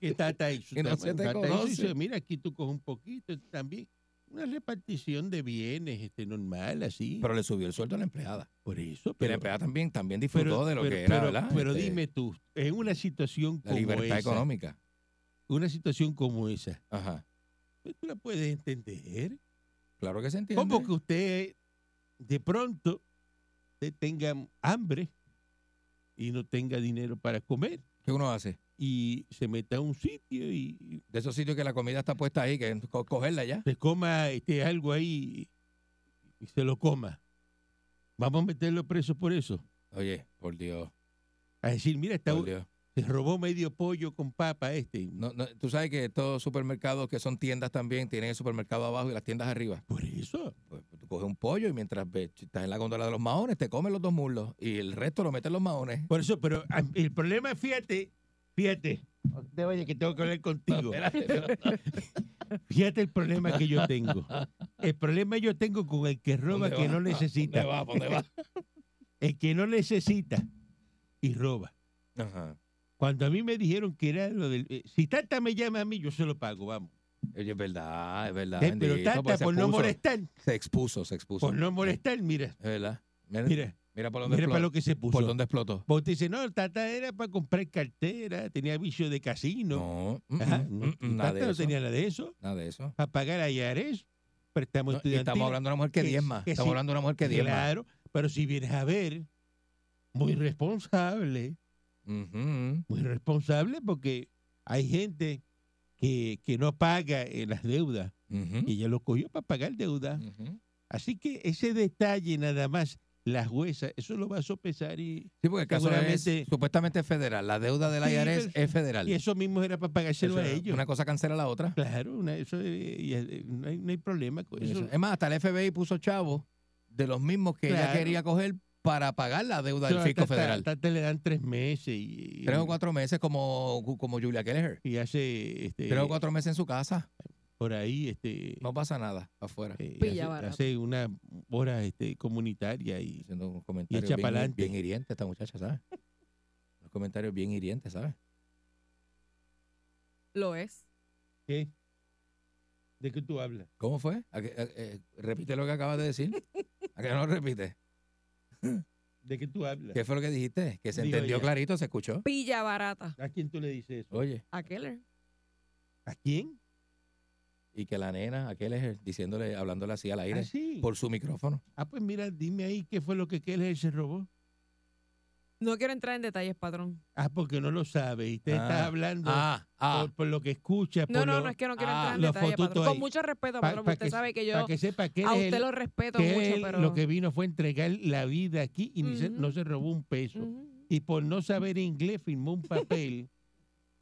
Speaker 3: que Tata hizo
Speaker 4: Que no se
Speaker 3: también.
Speaker 4: te
Speaker 3: Tata hizo,
Speaker 4: conoce.
Speaker 3: dice, mira, aquí tú coges un poquito este también. Una repartición de bienes este, normal, así.
Speaker 4: Pero le subió el sueldo a la empleada.
Speaker 3: por eso,
Speaker 4: Que la
Speaker 3: pero,
Speaker 4: empleada también, también disfrutó
Speaker 3: pero,
Speaker 4: de lo
Speaker 3: pero-
Speaker 4: que era,
Speaker 3: pero-
Speaker 4: ¿verdad?
Speaker 3: pero
Speaker 4: Este,
Speaker 3: dime tú, en una situación
Speaker 4: La
Speaker 3: como
Speaker 4: libertad
Speaker 3: esa,
Speaker 4: económica.
Speaker 3: una situación como esa,
Speaker 4: Ajá.
Speaker 3: pues, tú la puedes entender.
Speaker 4: Claro que se entiende.
Speaker 3: Como que usted de pronto usted tenga hambre y no tenga dinero para comer
Speaker 4: ¿Qué uno hace?
Speaker 3: y se meta a un sitio y y
Speaker 4: De esos sitios que la comida está puesta ahí, que co- cogerla ya.
Speaker 3: se coma este, algo ahí y se lo coma. Vamos a meterlo preso por eso.
Speaker 4: Oye, por Dios,
Speaker 3: A decir, mira, está,
Speaker 4: por Dios.
Speaker 3: se robó medio pollo con papa este.
Speaker 4: No, no, tú sabes que estos supermercados que son tiendas también tienen el supermercado abajo y las tiendas arriba.
Speaker 3: Por eso.
Speaker 4: Pues tú coges un pollo y mientras ve- estás en la góndola de los maones, te comes los dos muslos y el resto lo meten los maones.
Speaker 3: Por eso, pero ah, el problema, fíjate, fíjate. Te vaya que tengo que hablar contigo. Fíjate el problema que yo tengo. El problema yo tengo con el que roba
Speaker 4: ¿Dónde
Speaker 3: que
Speaker 4: va?
Speaker 3: no necesita.
Speaker 4: ¿Dónde va? ¿Dónde va?
Speaker 3: El que no necesita y roba.
Speaker 4: Ajá.
Speaker 3: Cuando a mí me dijeron que era lo del... eh, si Tata me llama a mí, yo se lo pago, vamos.
Speaker 4: Oye, es verdad, es verdad.
Speaker 3: Eh, pero
Speaker 4: bendito,
Speaker 3: Tata,
Speaker 4: pues se
Speaker 3: por no
Speaker 4: expuso,
Speaker 3: molestar,
Speaker 4: Se expuso, se expuso.
Speaker 3: por no molestar, mira,
Speaker 4: Es verdad. Mira, mira,
Speaker 3: mira,
Speaker 4: ¿Eh? por dónde
Speaker 3: mira para
Speaker 4: explotó.
Speaker 3: lo que se puso.
Speaker 4: por dónde explotó.
Speaker 3: Porque usted dice, no, Tata era para comprar cartera, tenía vicio de casino.
Speaker 4: No,
Speaker 3: Ajá,
Speaker 4: mm,
Speaker 3: no,
Speaker 4: mm, mm, nada,
Speaker 3: Tata
Speaker 4: de
Speaker 3: no
Speaker 4: eso,
Speaker 3: tenía nada de eso.
Speaker 4: nada de eso.
Speaker 3: Para pagar a Yares, préstamo
Speaker 4: No, y
Speaker 3: estudiantil.
Speaker 4: estamos hablando de una mujer que
Speaker 3: que-
Speaker 4: diezma.
Speaker 3: que
Speaker 4: estamos
Speaker 3: sí.
Speaker 4: hablando de una mujer que diezma.
Speaker 3: Claro, pero si vienes a ver, muy responsable,
Speaker 4: Ujú.
Speaker 3: muy responsable porque hay gente que, que no paga eh, las deudas
Speaker 4: Ujú.
Speaker 3: y ella lo cogió para pagar deuda.
Speaker 4: Ujú.
Speaker 3: Así que ese detalle nada más, la jueza, eso lo va a sopesar y,
Speaker 4: Sí, porque el caso
Speaker 3: Seguramente-
Speaker 4: es supuestamente federal. La deuda del
Speaker 3: Sí,
Speaker 4: IRS
Speaker 3: pero-
Speaker 4: es federal.
Speaker 3: y eso mismo era para pagárselo
Speaker 4: Eso
Speaker 3: a
Speaker 4: es-
Speaker 3: ellos.
Speaker 4: Una cosa cancela la otra.
Speaker 3: Claro, una- eso, eh, y, eh, no, hay, no hay problema con Pues eso.
Speaker 4: Eso. Es más, hasta el FBI puso chavos de los mismos que ella
Speaker 3: Claro.
Speaker 4: quería coger para pagar la deuda
Speaker 3: Eso
Speaker 4: del fisco
Speaker 3: hasta-
Speaker 4: federal.
Speaker 3: hasta- hasta le dan tres meses y, y-
Speaker 4: Tres o cuatro meses como, como Julia Keller.
Speaker 3: y hace este,
Speaker 4: Tres o cuatro meses en su casa.
Speaker 3: por ahí este,
Speaker 4: No pasa nada afuera.
Speaker 3: eh,
Speaker 5: Pilla
Speaker 3: hace,
Speaker 5: barato.
Speaker 3: hace una hora este, comunitaria y
Speaker 4: Haciendo un comentario
Speaker 3: echa
Speaker 4: bien,
Speaker 3: pa'lante.
Speaker 4: bien hiriente esta muchacha, ¿sabes? Un comentario bien hiriente, ¿sabes?
Speaker 5: Lo es.
Speaker 3: ¿Qué? ¿De qué tú hablas?
Speaker 4: ¿Cómo fue? ¿A que- a- eh, repite lo que acabas de decir. ¿A que no lo repites?
Speaker 3: ¿De qué tú hablas?
Speaker 4: ¿Qué fue lo que dijiste? Que se
Speaker 3: Digo
Speaker 4: entendió
Speaker 3: ella.
Speaker 4: clarito, se escuchó.
Speaker 5: Pilla barata.
Speaker 3: ¿A quién tú le dices eso?
Speaker 4: Oye,
Speaker 5: A Keller.
Speaker 3: ¿A quién?
Speaker 4: y que la nena, aquel es diciéndole, hablándole así al aire,
Speaker 3: ¿Ah, sí?
Speaker 4: por su micrófono.
Speaker 3: Ah, pues mira, dime ahí qué fue lo que Keller se robó.
Speaker 5: No quiero entrar en detalles, patrón.
Speaker 3: Ah, porque no lo sabe y te
Speaker 4: Ah.
Speaker 3: estás hablando
Speaker 4: Ah, ah.
Speaker 3: por, por lo que escuchas.
Speaker 5: No,
Speaker 3: por
Speaker 5: no,
Speaker 3: lo-
Speaker 5: no es que no quiero
Speaker 4: ah,
Speaker 5: entrar en
Speaker 3: los
Speaker 5: detalles,
Speaker 3: fotutos
Speaker 5: patrón. Con
Speaker 3: ahí.
Speaker 5: mucho respeto,
Speaker 3: Pa-
Speaker 5: patrón.
Speaker 3: pa'
Speaker 5: usted
Speaker 3: que-
Speaker 5: sabe que
Speaker 3: Para
Speaker 5: yo
Speaker 3: que sepa que él,
Speaker 5: a
Speaker 3: es
Speaker 5: usted
Speaker 3: el-
Speaker 5: lo respeto
Speaker 3: que él
Speaker 5: mucho, pero...
Speaker 3: lo que vino fue entregar la vida aquí y ni se-
Speaker 5: Ujú.
Speaker 3: no se robó un peso.
Speaker 5: Ujú.
Speaker 3: Y por no saber inglés firmó un papel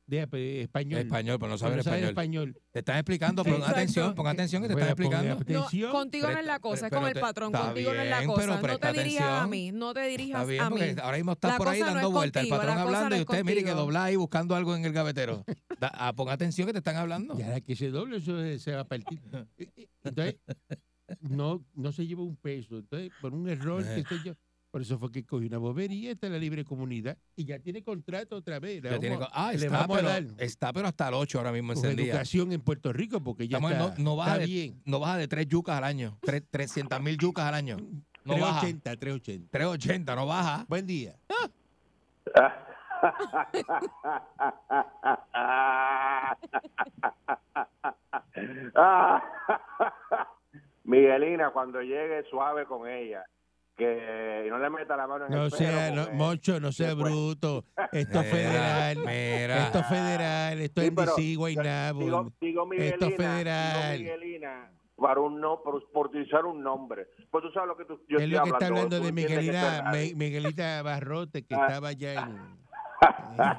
Speaker 3: de eh, español.
Speaker 4: Español, por no
Speaker 3: Por
Speaker 4: saber
Speaker 3: no saber
Speaker 4: español.
Speaker 3: español.
Speaker 4: Te están explicando, pon
Speaker 5: Exacto.
Speaker 4: atención, pon atención que te
Speaker 3: Bueno,
Speaker 4: están explicando.
Speaker 3: ponga-
Speaker 5: No,
Speaker 3: Atención.
Speaker 5: contigo no es
Speaker 4: Presta-
Speaker 5: la cosa, es
Speaker 4: pero
Speaker 5: con el
Speaker 4: te-
Speaker 5: patrón.
Speaker 4: está
Speaker 5: Contigo no es la
Speaker 4: bien,
Speaker 5: cosa.
Speaker 4: pero
Speaker 5: No
Speaker 4: presta
Speaker 5: te dirijas a
Speaker 4: atención.
Speaker 5: mí, no te
Speaker 4: Está
Speaker 5: dirijas
Speaker 4: bien,
Speaker 5: a mí.
Speaker 4: porque ahora mismo estás
Speaker 5: La
Speaker 4: por ahí
Speaker 5: cosa no
Speaker 4: dando
Speaker 5: es
Speaker 4: vueltas,
Speaker 5: contigo,
Speaker 4: el patrón
Speaker 5: la cosa
Speaker 4: hablando
Speaker 5: no
Speaker 4: y
Speaker 5: es
Speaker 4: usted mire que
Speaker 5: contigo.
Speaker 4: dobla ahí buscando algo en el gavetero. Da- ah, pon atención que te están hablando.
Speaker 3: Y ahora que se doble, eso se- se va a partir. Eh, eh, Entonces, no, no se lleva un peso. Entonces, por un error
Speaker 4: Eh.
Speaker 3: que sé yo. Por eso fue que cogió una bobería, está en la libre comunidad. Y ya tiene contrato otra vez. La
Speaker 4: Ya tiene
Speaker 3: vamos
Speaker 4: co- ah,
Speaker 3: le
Speaker 4: está
Speaker 3: vamos a
Speaker 4: pero,
Speaker 3: dar.
Speaker 4: está pero hasta el 8 ahora mismo
Speaker 3: con
Speaker 4: encendida.
Speaker 3: educación en Puerto Rico, porque ya
Speaker 4: Estamos en-
Speaker 3: está,
Speaker 4: no, no baja
Speaker 3: está
Speaker 4: de,
Speaker 3: bien.
Speaker 4: no baja de 3 yucas al año. 300 mil yucas al año. No baja.
Speaker 3: 380, 380.
Speaker 4: 380, no baja.
Speaker 3: Buen día.
Speaker 9: Miguelina, cuando llegue suave con ella, que no le meta la mano en
Speaker 3: No
Speaker 9: el pelo,
Speaker 3: sea, no,
Speaker 9: porque-
Speaker 3: Moncho, no sea
Speaker 9: Después.
Speaker 3: bruto. Esto es federal.
Speaker 4: Mira.
Speaker 3: Esto es federal. Esto
Speaker 9: Sí,
Speaker 3: es
Speaker 9: pero
Speaker 3: Antigua y
Speaker 9: yo-
Speaker 3: Nabo.
Speaker 9: Digo, digo Miguelina,
Speaker 3: Esto
Speaker 9: digo
Speaker 3: federal.
Speaker 9: Miguelina, para un no, por, por utilizar un nombre. Pues tú sabes lo que tú, yo
Speaker 3: Es
Speaker 9: estoy
Speaker 3: lo que está hablando
Speaker 9: hablando. tú
Speaker 3: de
Speaker 9: entiendes que esto es
Speaker 3: Miguelita,
Speaker 9: radio.
Speaker 3: Me- Miguelita Barrote, que
Speaker 9: Ah.
Speaker 3: estaba allá en,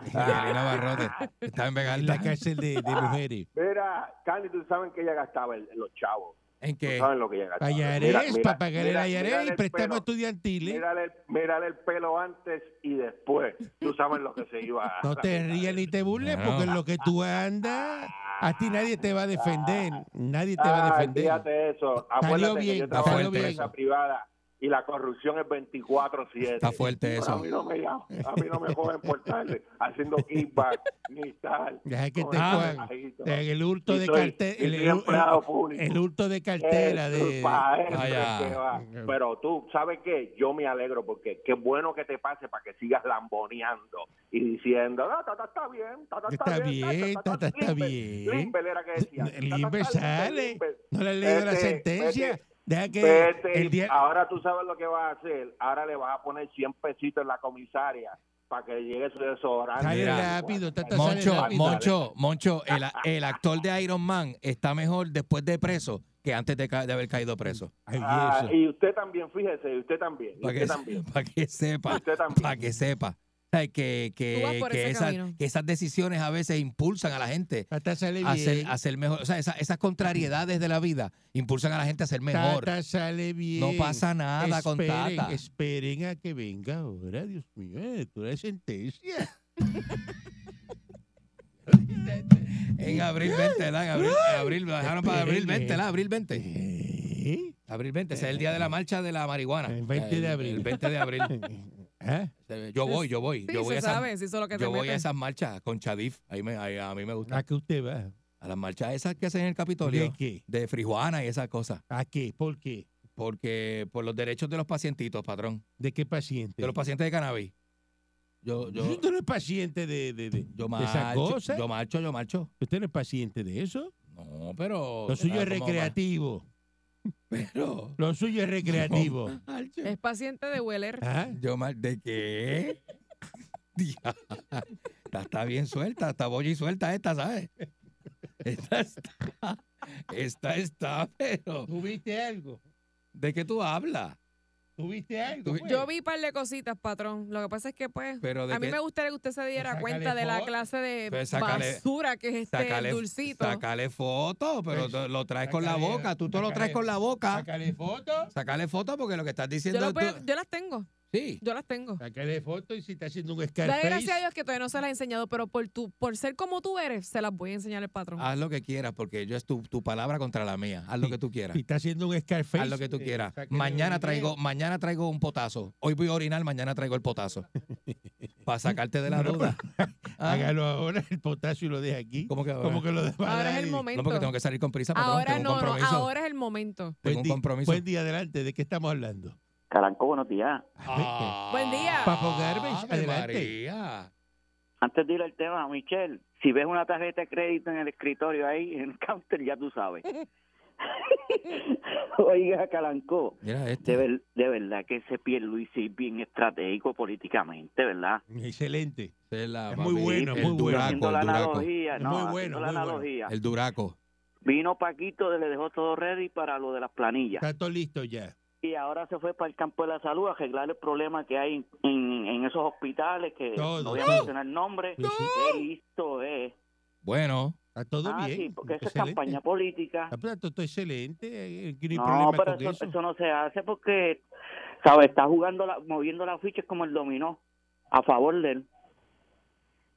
Speaker 4: Miguelina Barrote. Está en Vega
Speaker 3: en la
Speaker 4: Alta.
Speaker 3: cárcel de, de mujeres.
Speaker 9: Mira, Candy, tú sabes que ella gastaba el- los chavos.
Speaker 4: en que
Speaker 9: ¿Saben lo que llega? chaval. Mira,
Speaker 3: Ayarés,
Speaker 9: mira,
Speaker 3: para pagar el
Speaker 9: mira,
Speaker 3: Ayarés
Speaker 9: mírale
Speaker 3: y ¿eh?
Speaker 9: el
Speaker 3: préstamos
Speaker 9: pelo,
Speaker 3: estudiantiles.
Speaker 9: Mírale, mírale el pelo antes y después. Tú sabes lo que se iba a...
Speaker 3: No te rías ni te burles,
Speaker 4: No.
Speaker 3: porque en lo que tú
Speaker 9: Ah,
Speaker 3: andas, a ti nadie te va a defender. Nadie te va a
Speaker 9: Ah,
Speaker 3: defender.
Speaker 9: fíjate eso. Acuérdate que
Speaker 3: bien,
Speaker 9: yo
Speaker 3: está
Speaker 9: trabajo en
Speaker 4: fuerte
Speaker 9: empresa
Speaker 3: eso.
Speaker 9: privada y la corrupción es 24-7.
Speaker 4: está fuerte
Speaker 9: Pero A
Speaker 4: eso.
Speaker 9: mí no me llaman, a mí no me cogen por tarde haciendo kickback ni tal.
Speaker 3: Deja que
Speaker 9: Con
Speaker 3: te
Speaker 9: el
Speaker 3: cojan.
Speaker 9: trabajito.
Speaker 3: En el hurto
Speaker 9: Ah, Y
Speaker 3: de
Speaker 9: soy-
Speaker 3: cartera.
Speaker 9: y
Speaker 3: El,
Speaker 9: soy empleado público.
Speaker 3: el hurto de cartera.
Speaker 9: Eso
Speaker 3: De, ah.
Speaker 9: es pa' eso
Speaker 4: Vaya.
Speaker 9: es que va. Pero tú, ¿sabes qué? Yo me alegro porque qué bueno que te pase para que sigas lamboneando y diciendo, no, tata está bien, tata
Speaker 3: Está
Speaker 9: está bien,
Speaker 3: bien, tata está
Speaker 9: Limber,
Speaker 3: bien.
Speaker 9: Limber era que decía.
Speaker 3: el Limber
Speaker 9: "Tata está
Speaker 3: sale.
Speaker 9: Limber".
Speaker 3: no le he leído la
Speaker 9: Vete,
Speaker 3: sentencia.
Speaker 9: vete,
Speaker 3: Deja que
Speaker 9: Vete,
Speaker 3: el día.
Speaker 9: ahora tú sabes lo que vas a hacer. Ahora le vas a poner 100 pesitos en la comisaria para que llegue su desodorante.
Speaker 3: Sale
Speaker 4: Mira,
Speaker 3: rápido, tata sale
Speaker 4: Moncho,
Speaker 3: rápido.
Speaker 4: Moncho, Moncho, el, el actor de Iron Man está mejor después de preso que antes de, ca- de haber caído preso.
Speaker 3: Ay,
Speaker 9: Ah,
Speaker 3: eso.
Speaker 9: y usted también, fíjese, y usted también. y
Speaker 4: Para que,
Speaker 9: usted también.
Speaker 4: pa' que sepa,
Speaker 9: Usted también.
Speaker 4: para que sepa. O sea, que, que-
Speaker 5: Tú vas por
Speaker 4: que
Speaker 5: ese
Speaker 4: esas,
Speaker 5: camino.
Speaker 4: que esas decisiones a veces impulsan a la gente
Speaker 3: Tata sale bien.
Speaker 4: a ser, a ser mejor. O sea, esa- esas contrariedades de la vida impulsan a la gente a ser mejor.
Speaker 3: Tata sale bien.
Speaker 4: No pasa nada con
Speaker 3: Esperen,
Speaker 4: Tata.
Speaker 3: Esperen a que venga ahora, Dios mío, esto es sentencia.
Speaker 4: En abril 20, ¿verdad? En abril, en abril, lo dejaron para abril 20, ¿verdad? Abril 20.
Speaker 3: ¿Eh?
Speaker 4: Abril 20, ese es el día de la marcha de la marihuana.
Speaker 3: El 20 de
Speaker 4: El-
Speaker 3: abril.
Speaker 4: El 20 de abril.
Speaker 3: ¿Ah?
Speaker 4: Yo voy, yo voy.
Speaker 5: Sí,
Speaker 4: yo voy
Speaker 5: se
Speaker 4: a esas,
Speaker 5: sabe, si eso es lo que te
Speaker 4: yo voy a
Speaker 5: metes.
Speaker 4: esas marchas con Chadif. Ahí me, ahí- a mí me gusta.
Speaker 3: ¿A qué usted va?
Speaker 4: A las marchas esas que hacen en el
Speaker 3: ¿De
Speaker 4: Capitolio.
Speaker 3: qué?
Speaker 4: De Frijuana y esas cosas.
Speaker 3: ¿A qué? ¿Por qué?
Speaker 4: Porque por los derechos de los pacientitos, patrón.
Speaker 3: ¿De qué paciente?
Speaker 4: De los pacientes de cannabis. Yo, yo,
Speaker 3: Usted no es paciente de, de, de-
Speaker 4: yo
Speaker 3: de esas
Speaker 4: marcho.
Speaker 3: cosas.
Speaker 4: Yo marcho, yo marcho.
Speaker 3: Usted no es paciente de eso.
Speaker 4: No, pero.
Speaker 3: Lo suyo es
Speaker 4: ah, ¿cómo va?
Speaker 3: recreativo.
Speaker 4: Pero.
Speaker 3: Lo suyo es recreativo.
Speaker 4: Marcho.
Speaker 5: Es paciente de Weller.
Speaker 3: ¿Ah?
Speaker 4: Yo mar- ¿De qué? Dia- Está, está bien suelta, está boya y suelta esta, ¿sabes? Esta está, esta está, pero
Speaker 3: ¿Tuviste algo?
Speaker 4: ¿de qué tú hablas?
Speaker 3: ¿Tuviste algo?
Speaker 4: Tuvi-
Speaker 3: pues?
Speaker 5: Yo vi un par de cositas, patrón. Lo que pasa es que, pues,
Speaker 4: Pero de
Speaker 5: a mí
Speaker 4: qué-
Speaker 5: me gustaría que usted se diera
Speaker 3: Pues,
Speaker 5: cuenta
Speaker 3: sácale
Speaker 5: de la
Speaker 3: foto.
Speaker 5: clase de
Speaker 4: Pues, sácale-
Speaker 5: basura que es este
Speaker 4: Sácale,
Speaker 5: dulcito.
Speaker 4: sácale foto, pero
Speaker 3: Pues,
Speaker 4: tú lo traes con la
Speaker 3: sácale-
Speaker 4: boca, tú te lo traes
Speaker 3: sácale-
Speaker 4: con la boca.
Speaker 3: Sácale foto.
Speaker 4: Sácale foto porque lo que estás
Speaker 5: Yo,
Speaker 4: diciendo
Speaker 5: lo
Speaker 4: es
Speaker 5: voy a-
Speaker 4: tú-
Speaker 5: yo las tengo,
Speaker 4: Sí,
Speaker 5: yo las tengo.
Speaker 3: Sácale foto y si está haciendo un
Speaker 5: Dale
Speaker 3: Scarface.
Speaker 5: gracias a Dios que todavía no se las he enseñado, pero por tu, por ser como tú eres, se las voy a enseñar al patrón.
Speaker 4: haz lo que quieras porque yo es tu, tu palabra contra la mía, haz lo que tú quieras.
Speaker 3: Si está haciendo un Scarface.
Speaker 4: Haz lo que tú
Speaker 3: eh,
Speaker 4: quieras.
Speaker 3: sáquele
Speaker 4: Mañana
Speaker 3: un
Speaker 4: traigo,
Speaker 3: video.
Speaker 4: mañana traigo un potazo. Hoy voy a orinar, mañana traigo el potazo. Para sacarte de la
Speaker 3: No,
Speaker 4: duda. Ah,
Speaker 3: Hágalo ahora, el potasio y lo deja aquí.
Speaker 4: ¿Cómo que ahora?
Speaker 3: Como que lo deja
Speaker 5: ahora es
Speaker 3: ahí.
Speaker 5: el momento.
Speaker 4: No, porque tengo que salir con prisa, patrón.
Speaker 5: ahora
Speaker 4: tengo un
Speaker 5: no, no,
Speaker 4: compromiso.
Speaker 5: ahora es el momento.
Speaker 4: Tengo
Speaker 3: Buen
Speaker 4: un
Speaker 3: di-
Speaker 4: compromiso.
Speaker 3: Buen día adelante, ¿de qué estamos hablando?
Speaker 10: Caranco, buenos días.
Speaker 4: Ah,
Speaker 5: Buen día.
Speaker 3: Papo Garbage,
Speaker 4: Ave
Speaker 3: adelante.
Speaker 4: María.
Speaker 10: Antes de ir al tema, Michelle, si ves una tarjeta de crédito en el escritorio ahí, en el counter, ya tú sabes. Oiga, Calanco,
Speaker 4: Mira
Speaker 10: de,
Speaker 4: este.
Speaker 10: ver- de verdad que ese Pierluisi es bien estratégico políticamente, ¿verdad?
Speaker 3: Excelente.
Speaker 4: Esta es la,
Speaker 3: es muy
Speaker 4: papi,
Speaker 3: bueno,
Speaker 4: el
Speaker 3: muy bueno.
Speaker 4: duraco,
Speaker 10: haciendo
Speaker 4: el
Speaker 10: la
Speaker 4: duraco.
Speaker 10: analogía,
Speaker 3: Es
Speaker 10: no,
Speaker 3: muy
Speaker 10: haciendo
Speaker 3: bueno,
Speaker 10: la
Speaker 3: muy bueno.
Speaker 10: analogía.
Speaker 4: El duraco.
Speaker 10: Vino Paquito, le dejó todo ready para lo de las planillas.
Speaker 3: Está todo listo ya.
Speaker 10: Y ahora se fue para el campo de la salud a arreglar el problema que hay en, en esos hospitales, que
Speaker 3: Todo.
Speaker 10: no voy a
Speaker 3: ¡No!
Speaker 10: mencionar nombres.
Speaker 3: Sí, sí.
Speaker 10: Qué listo es.
Speaker 4: Bueno,
Speaker 3: Está todo
Speaker 10: ah,
Speaker 3: bien.
Speaker 10: sí, porque eso es
Speaker 3: excelente.
Speaker 10: campaña política.
Speaker 3: Ah, pero Está todo excelente. eh, que No hay problema
Speaker 10: No, pero
Speaker 3: con
Speaker 10: eso,
Speaker 3: eso.
Speaker 10: eso no se hace porque, ¿sabes? Está jugando, la, moviendo las fichas como el dominó a favor de él.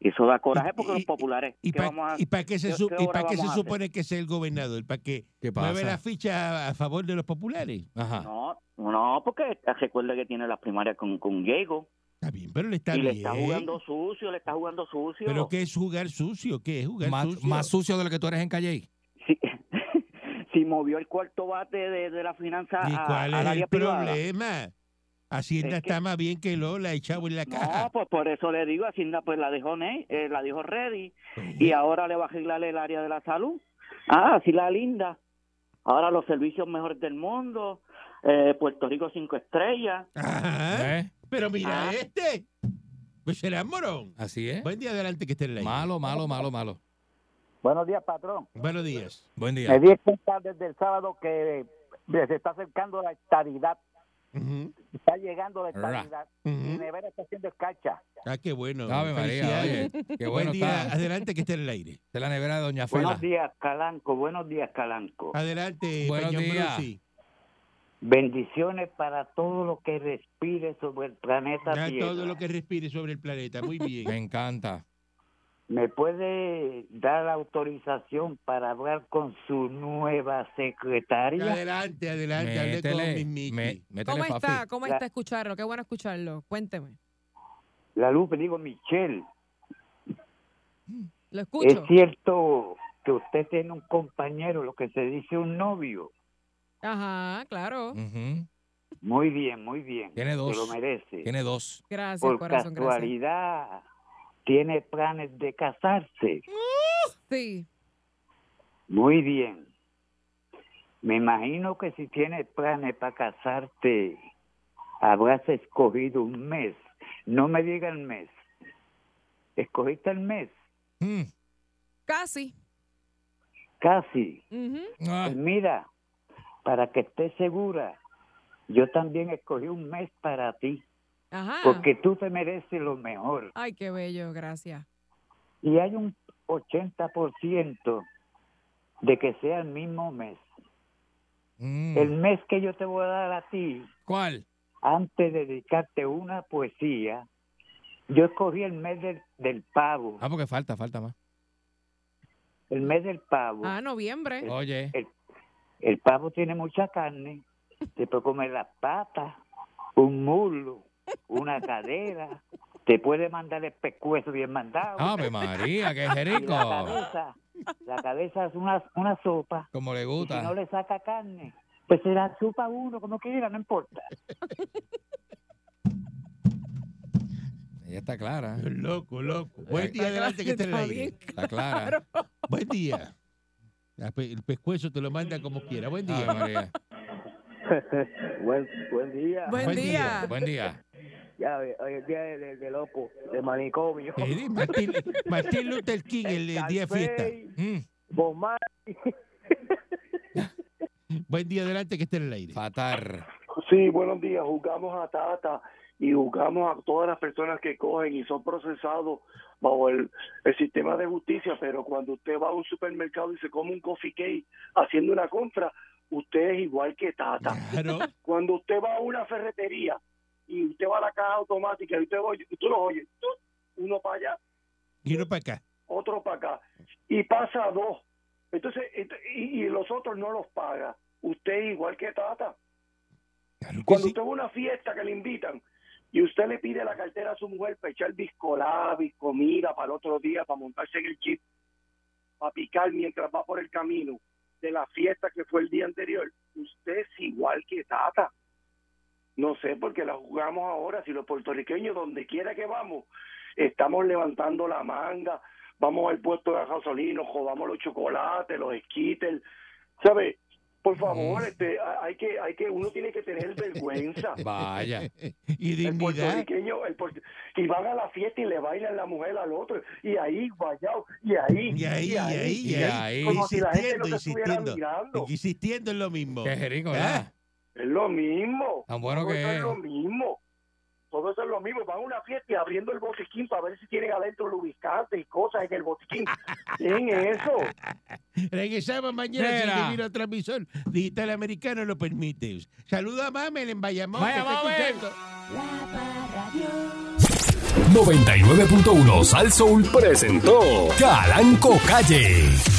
Speaker 10: Y eso da coraje porque
Speaker 3: Y-
Speaker 10: los populares.
Speaker 3: ¿Y
Speaker 10: ¿qué vamos a-
Speaker 3: para qué se,
Speaker 10: qué-
Speaker 3: su-
Speaker 10: qué
Speaker 3: y
Speaker 10: obra
Speaker 3: para qué se
Speaker 10: vamos a hacer?
Speaker 3: supone que sea el gobernador? ¿Para que
Speaker 4: ¿qué
Speaker 3: mueve la
Speaker 4: pasa?
Speaker 3: ficha a, a favor de los populares?
Speaker 4: Ajá.
Speaker 10: No, no, porque recuerda que tiene las primarias con, con Diego.
Speaker 3: Está bien, pero le está
Speaker 10: y
Speaker 3: bien.
Speaker 10: le está jugando sucio, le está jugando sucio.
Speaker 3: ¿Pero qué es jugar sucio? ¿Qué es jugar
Speaker 4: más,
Speaker 3: sucio?
Speaker 4: más sucio de lo que tú eres en Calle.
Speaker 10: Si, si movió el cuarto bate de, de la finanza
Speaker 3: ¿Y
Speaker 10: a-
Speaker 3: cuál
Speaker 10: al
Speaker 3: es
Speaker 10: área
Speaker 3: el
Speaker 10: privada.
Speaker 3: problema? Hacienda
Speaker 10: Es que-
Speaker 3: está más bien que Lola y Chavo en la
Speaker 10: No,
Speaker 3: caja.
Speaker 10: pues por eso le digo, Hacienda pues la dejó, ne- eh, la dejó ready y ahora le va a arreglar el área de la salud. Ah, sí, la linda. Ahora los servicios mejores del mundo, eh, Puerto Rico cinco estrellas.
Speaker 3: Ajá.
Speaker 4: ¿Eh?
Speaker 3: Pero mira
Speaker 10: Ah.
Speaker 3: este. Pues será morón.
Speaker 4: Así es.
Speaker 3: Buen día adelante que esté en la
Speaker 4: Malo, malo, malo, malo.
Speaker 10: Buenos días, patrón.
Speaker 3: Buenos días.
Speaker 4: Buen día.
Speaker 10: Me di cuenta desde el sábado que se está acercando la estadidad.
Speaker 3: Ujú.
Speaker 10: Está llegando la
Speaker 4: Ra.
Speaker 10: estabilidad.
Speaker 3: Ujú.
Speaker 10: Mi nevera está haciendo escarcha.
Speaker 3: Ah, qué bueno.
Speaker 4: Ave María,
Speaker 3: Felicidades.
Speaker 4: oye, qué
Speaker 3: Buen
Speaker 4: bueno
Speaker 3: día.
Speaker 4: está.
Speaker 3: Adelante, que esté en el aire.
Speaker 4: De la nevera de Doña Fela.
Speaker 10: Buenos días, Calanco. Buenos días, Calanco.
Speaker 3: Adelante,
Speaker 4: Buenos
Speaker 3: Peñón
Speaker 4: días.
Speaker 3: Brusi.
Speaker 10: Bendiciones para todo lo que respire sobre el planeta
Speaker 3: Ya
Speaker 10: Tierra.
Speaker 3: todo lo que respire sobre el planeta. Muy
Speaker 4: Me
Speaker 3: bien.
Speaker 4: encanta.
Speaker 10: ¿Me puede dar autorización para hablar con su nueva secretaria?
Speaker 3: adelante, adelante. Hable con
Speaker 4: Métele,
Speaker 3: mis Mickey.
Speaker 4: me- métele,
Speaker 5: ¿Cómo está?
Speaker 4: Fafi.
Speaker 5: ¿Cómo está escucharlo? Qué bueno escucharlo. Cuénteme.
Speaker 10: La Lupe, digo Michelle,
Speaker 5: Lo
Speaker 10: ¿es
Speaker 5: escucho.
Speaker 10: cierto que usted tiene un compañero, lo que se dice un novio?
Speaker 5: Ajá, claro.
Speaker 4: Mm. Ujú.
Speaker 10: Muy bien, muy bien.
Speaker 4: Tiene
Speaker 10: Se lo
Speaker 4: dos.
Speaker 10: merece.
Speaker 4: Tiene dos.
Speaker 5: Gracias,
Speaker 10: Por
Speaker 5: corazón. Gracias.
Speaker 10: casualidad, tiene planes de casarse.
Speaker 5: Sí.
Speaker 10: Muy bien. Me imagino que si tienes planes para casarte, habrás escogido un mes. No me diga el mes. ¿Escogiste el mes?
Speaker 4: Mm.
Speaker 5: Casi.
Speaker 10: Casi.
Speaker 5: Ujú.
Speaker 4: Ah,
Speaker 10: Pues mira, para que estés segura, yo también escogí un mes para ti,
Speaker 5: Ajá.
Speaker 10: porque tú te mereces lo mejor.
Speaker 5: Ay, qué bello. Gracias.
Speaker 10: Y hay un 80% de que sea el mismo mes.
Speaker 4: mm.
Speaker 10: El mes que yo te voy a dar a ti
Speaker 4: ¿Cuál?
Speaker 10: antes de dedicarte una poesía, yo escogí el mes del, del pavo,
Speaker 4: Ah, porque falta, falta más.
Speaker 10: el mes del pavo.
Speaker 5: Ah, noviembre.
Speaker 4: Oye,
Speaker 10: El pavo tiene mucha carne, te puede comer las patas, un muslo, una cadera, te puede mandar el pescuezo bien mandado.
Speaker 4: Ave María, qué
Speaker 10: y la
Speaker 4: rico.
Speaker 10: cabeza, la cabeza es una, una sopa,
Speaker 4: Como le
Speaker 10: y si no
Speaker 4: gusta.
Speaker 10: le saca carne, pues se la chupa uno, como quiera, no importa.
Speaker 4: Ella está clara.
Speaker 3: Loco, loco. Buen día,
Speaker 5: Está
Speaker 3: adelante, que esté en el
Speaker 5: claro,
Speaker 3: aire.
Speaker 5: está
Speaker 4: Está clara.
Speaker 3: Buen día. La pe- El pescuezo te lo manda como quiera. Buen
Speaker 4: Ave
Speaker 3: día.
Speaker 4: María.
Speaker 9: Buen, buen día.
Speaker 5: Buen,
Speaker 3: Buen día.
Speaker 5: día.
Speaker 4: Buen día.
Speaker 9: Ya, ve, hoy es día de, de- de loco, de manicomio.
Speaker 3: Eh, Martín, Martín Luther King, el, el día de fiesta.
Speaker 4: Mm,
Speaker 9: Bob Marley.
Speaker 3: Buen día, adelante, que esté en el
Speaker 4: Ah.
Speaker 3: aire.
Speaker 4: Fatar.
Speaker 9: Sí, buenos días. Juzgamos a Tata y juzgamos a todas las personas que cogen y son procesados bajo el, el sistema de justicia, pero cuando usted va a un supermercado y se come un coffee cake haciendo una compra, usted es igual que Tata.
Speaker 3: Claro.
Speaker 9: Cuando usted va a una ferretería y usted va a la caja automática y usted oye, tú lo oyes, tut, uno para allá,
Speaker 3: Y uno para acá.
Speaker 9: otro para acá, y pasa dos. Entonces, ent- y, y los otros no los paga. Usted es igual que Tata.
Speaker 3: Claro que
Speaker 9: Cuando
Speaker 3: sí.
Speaker 9: usted va a una fiesta que le invitan y usted le pide la cartera a su mujer para echar biscolá, comida para el otro día, para montarse en el jeep, para picar mientras va por el camino de la fiesta que fue el día anterior, usted es igual que Tata. No sé por qué la jugamos ahora, si los puertorriqueños, donde quiera que vamos, estamos levantando la manga, vamos al puesto de gasolina, jodamos los chocolates, los esquites, ¿sabe? Por favor, este, a- hay que, hay que, uno tiene que tener vergüenza.
Speaker 4: Vaya.
Speaker 3: Y
Speaker 9: El
Speaker 3: dignidad.
Speaker 9: puertorriqueño, el puert- y van a la fiesta y le bailan la mujer al otro, y ahí, guayao, y ahí,
Speaker 3: Y ahí, y ahí, y
Speaker 4: y
Speaker 3: ahí.
Speaker 4: ahí.
Speaker 9: como si la gente no
Speaker 3: Insistiendo,
Speaker 9: te estuviera
Speaker 3: insistiendo.
Speaker 9: mirando.
Speaker 3: Insistiendo en lo mismo.
Speaker 4: Qué rico,
Speaker 3: Ah,
Speaker 10: ¿Eh?
Speaker 4: ¿verdad?
Speaker 9: Es lo mismo.
Speaker 4: Tan bueno
Speaker 9: Todo
Speaker 4: que
Speaker 9: eso es
Speaker 4: es.
Speaker 9: lo mismo. Todo eso es lo mismo. Van a una fiesta y abriendo el botiquín para ver si tienen adentro lubricantes y cosas en el botiquín. en eso.
Speaker 3: Regresamos mañana si
Speaker 4: Mira.
Speaker 3: el divino transmisor digital americano lo permite. Saluda a Mamel en Bayamón. que
Speaker 4: Vaya,
Speaker 3: está
Speaker 4: Mamel.
Speaker 3: escuchando.
Speaker 2: La Parradio.
Speaker 1: 99.1 Sal Soul presentó Calanco Calle.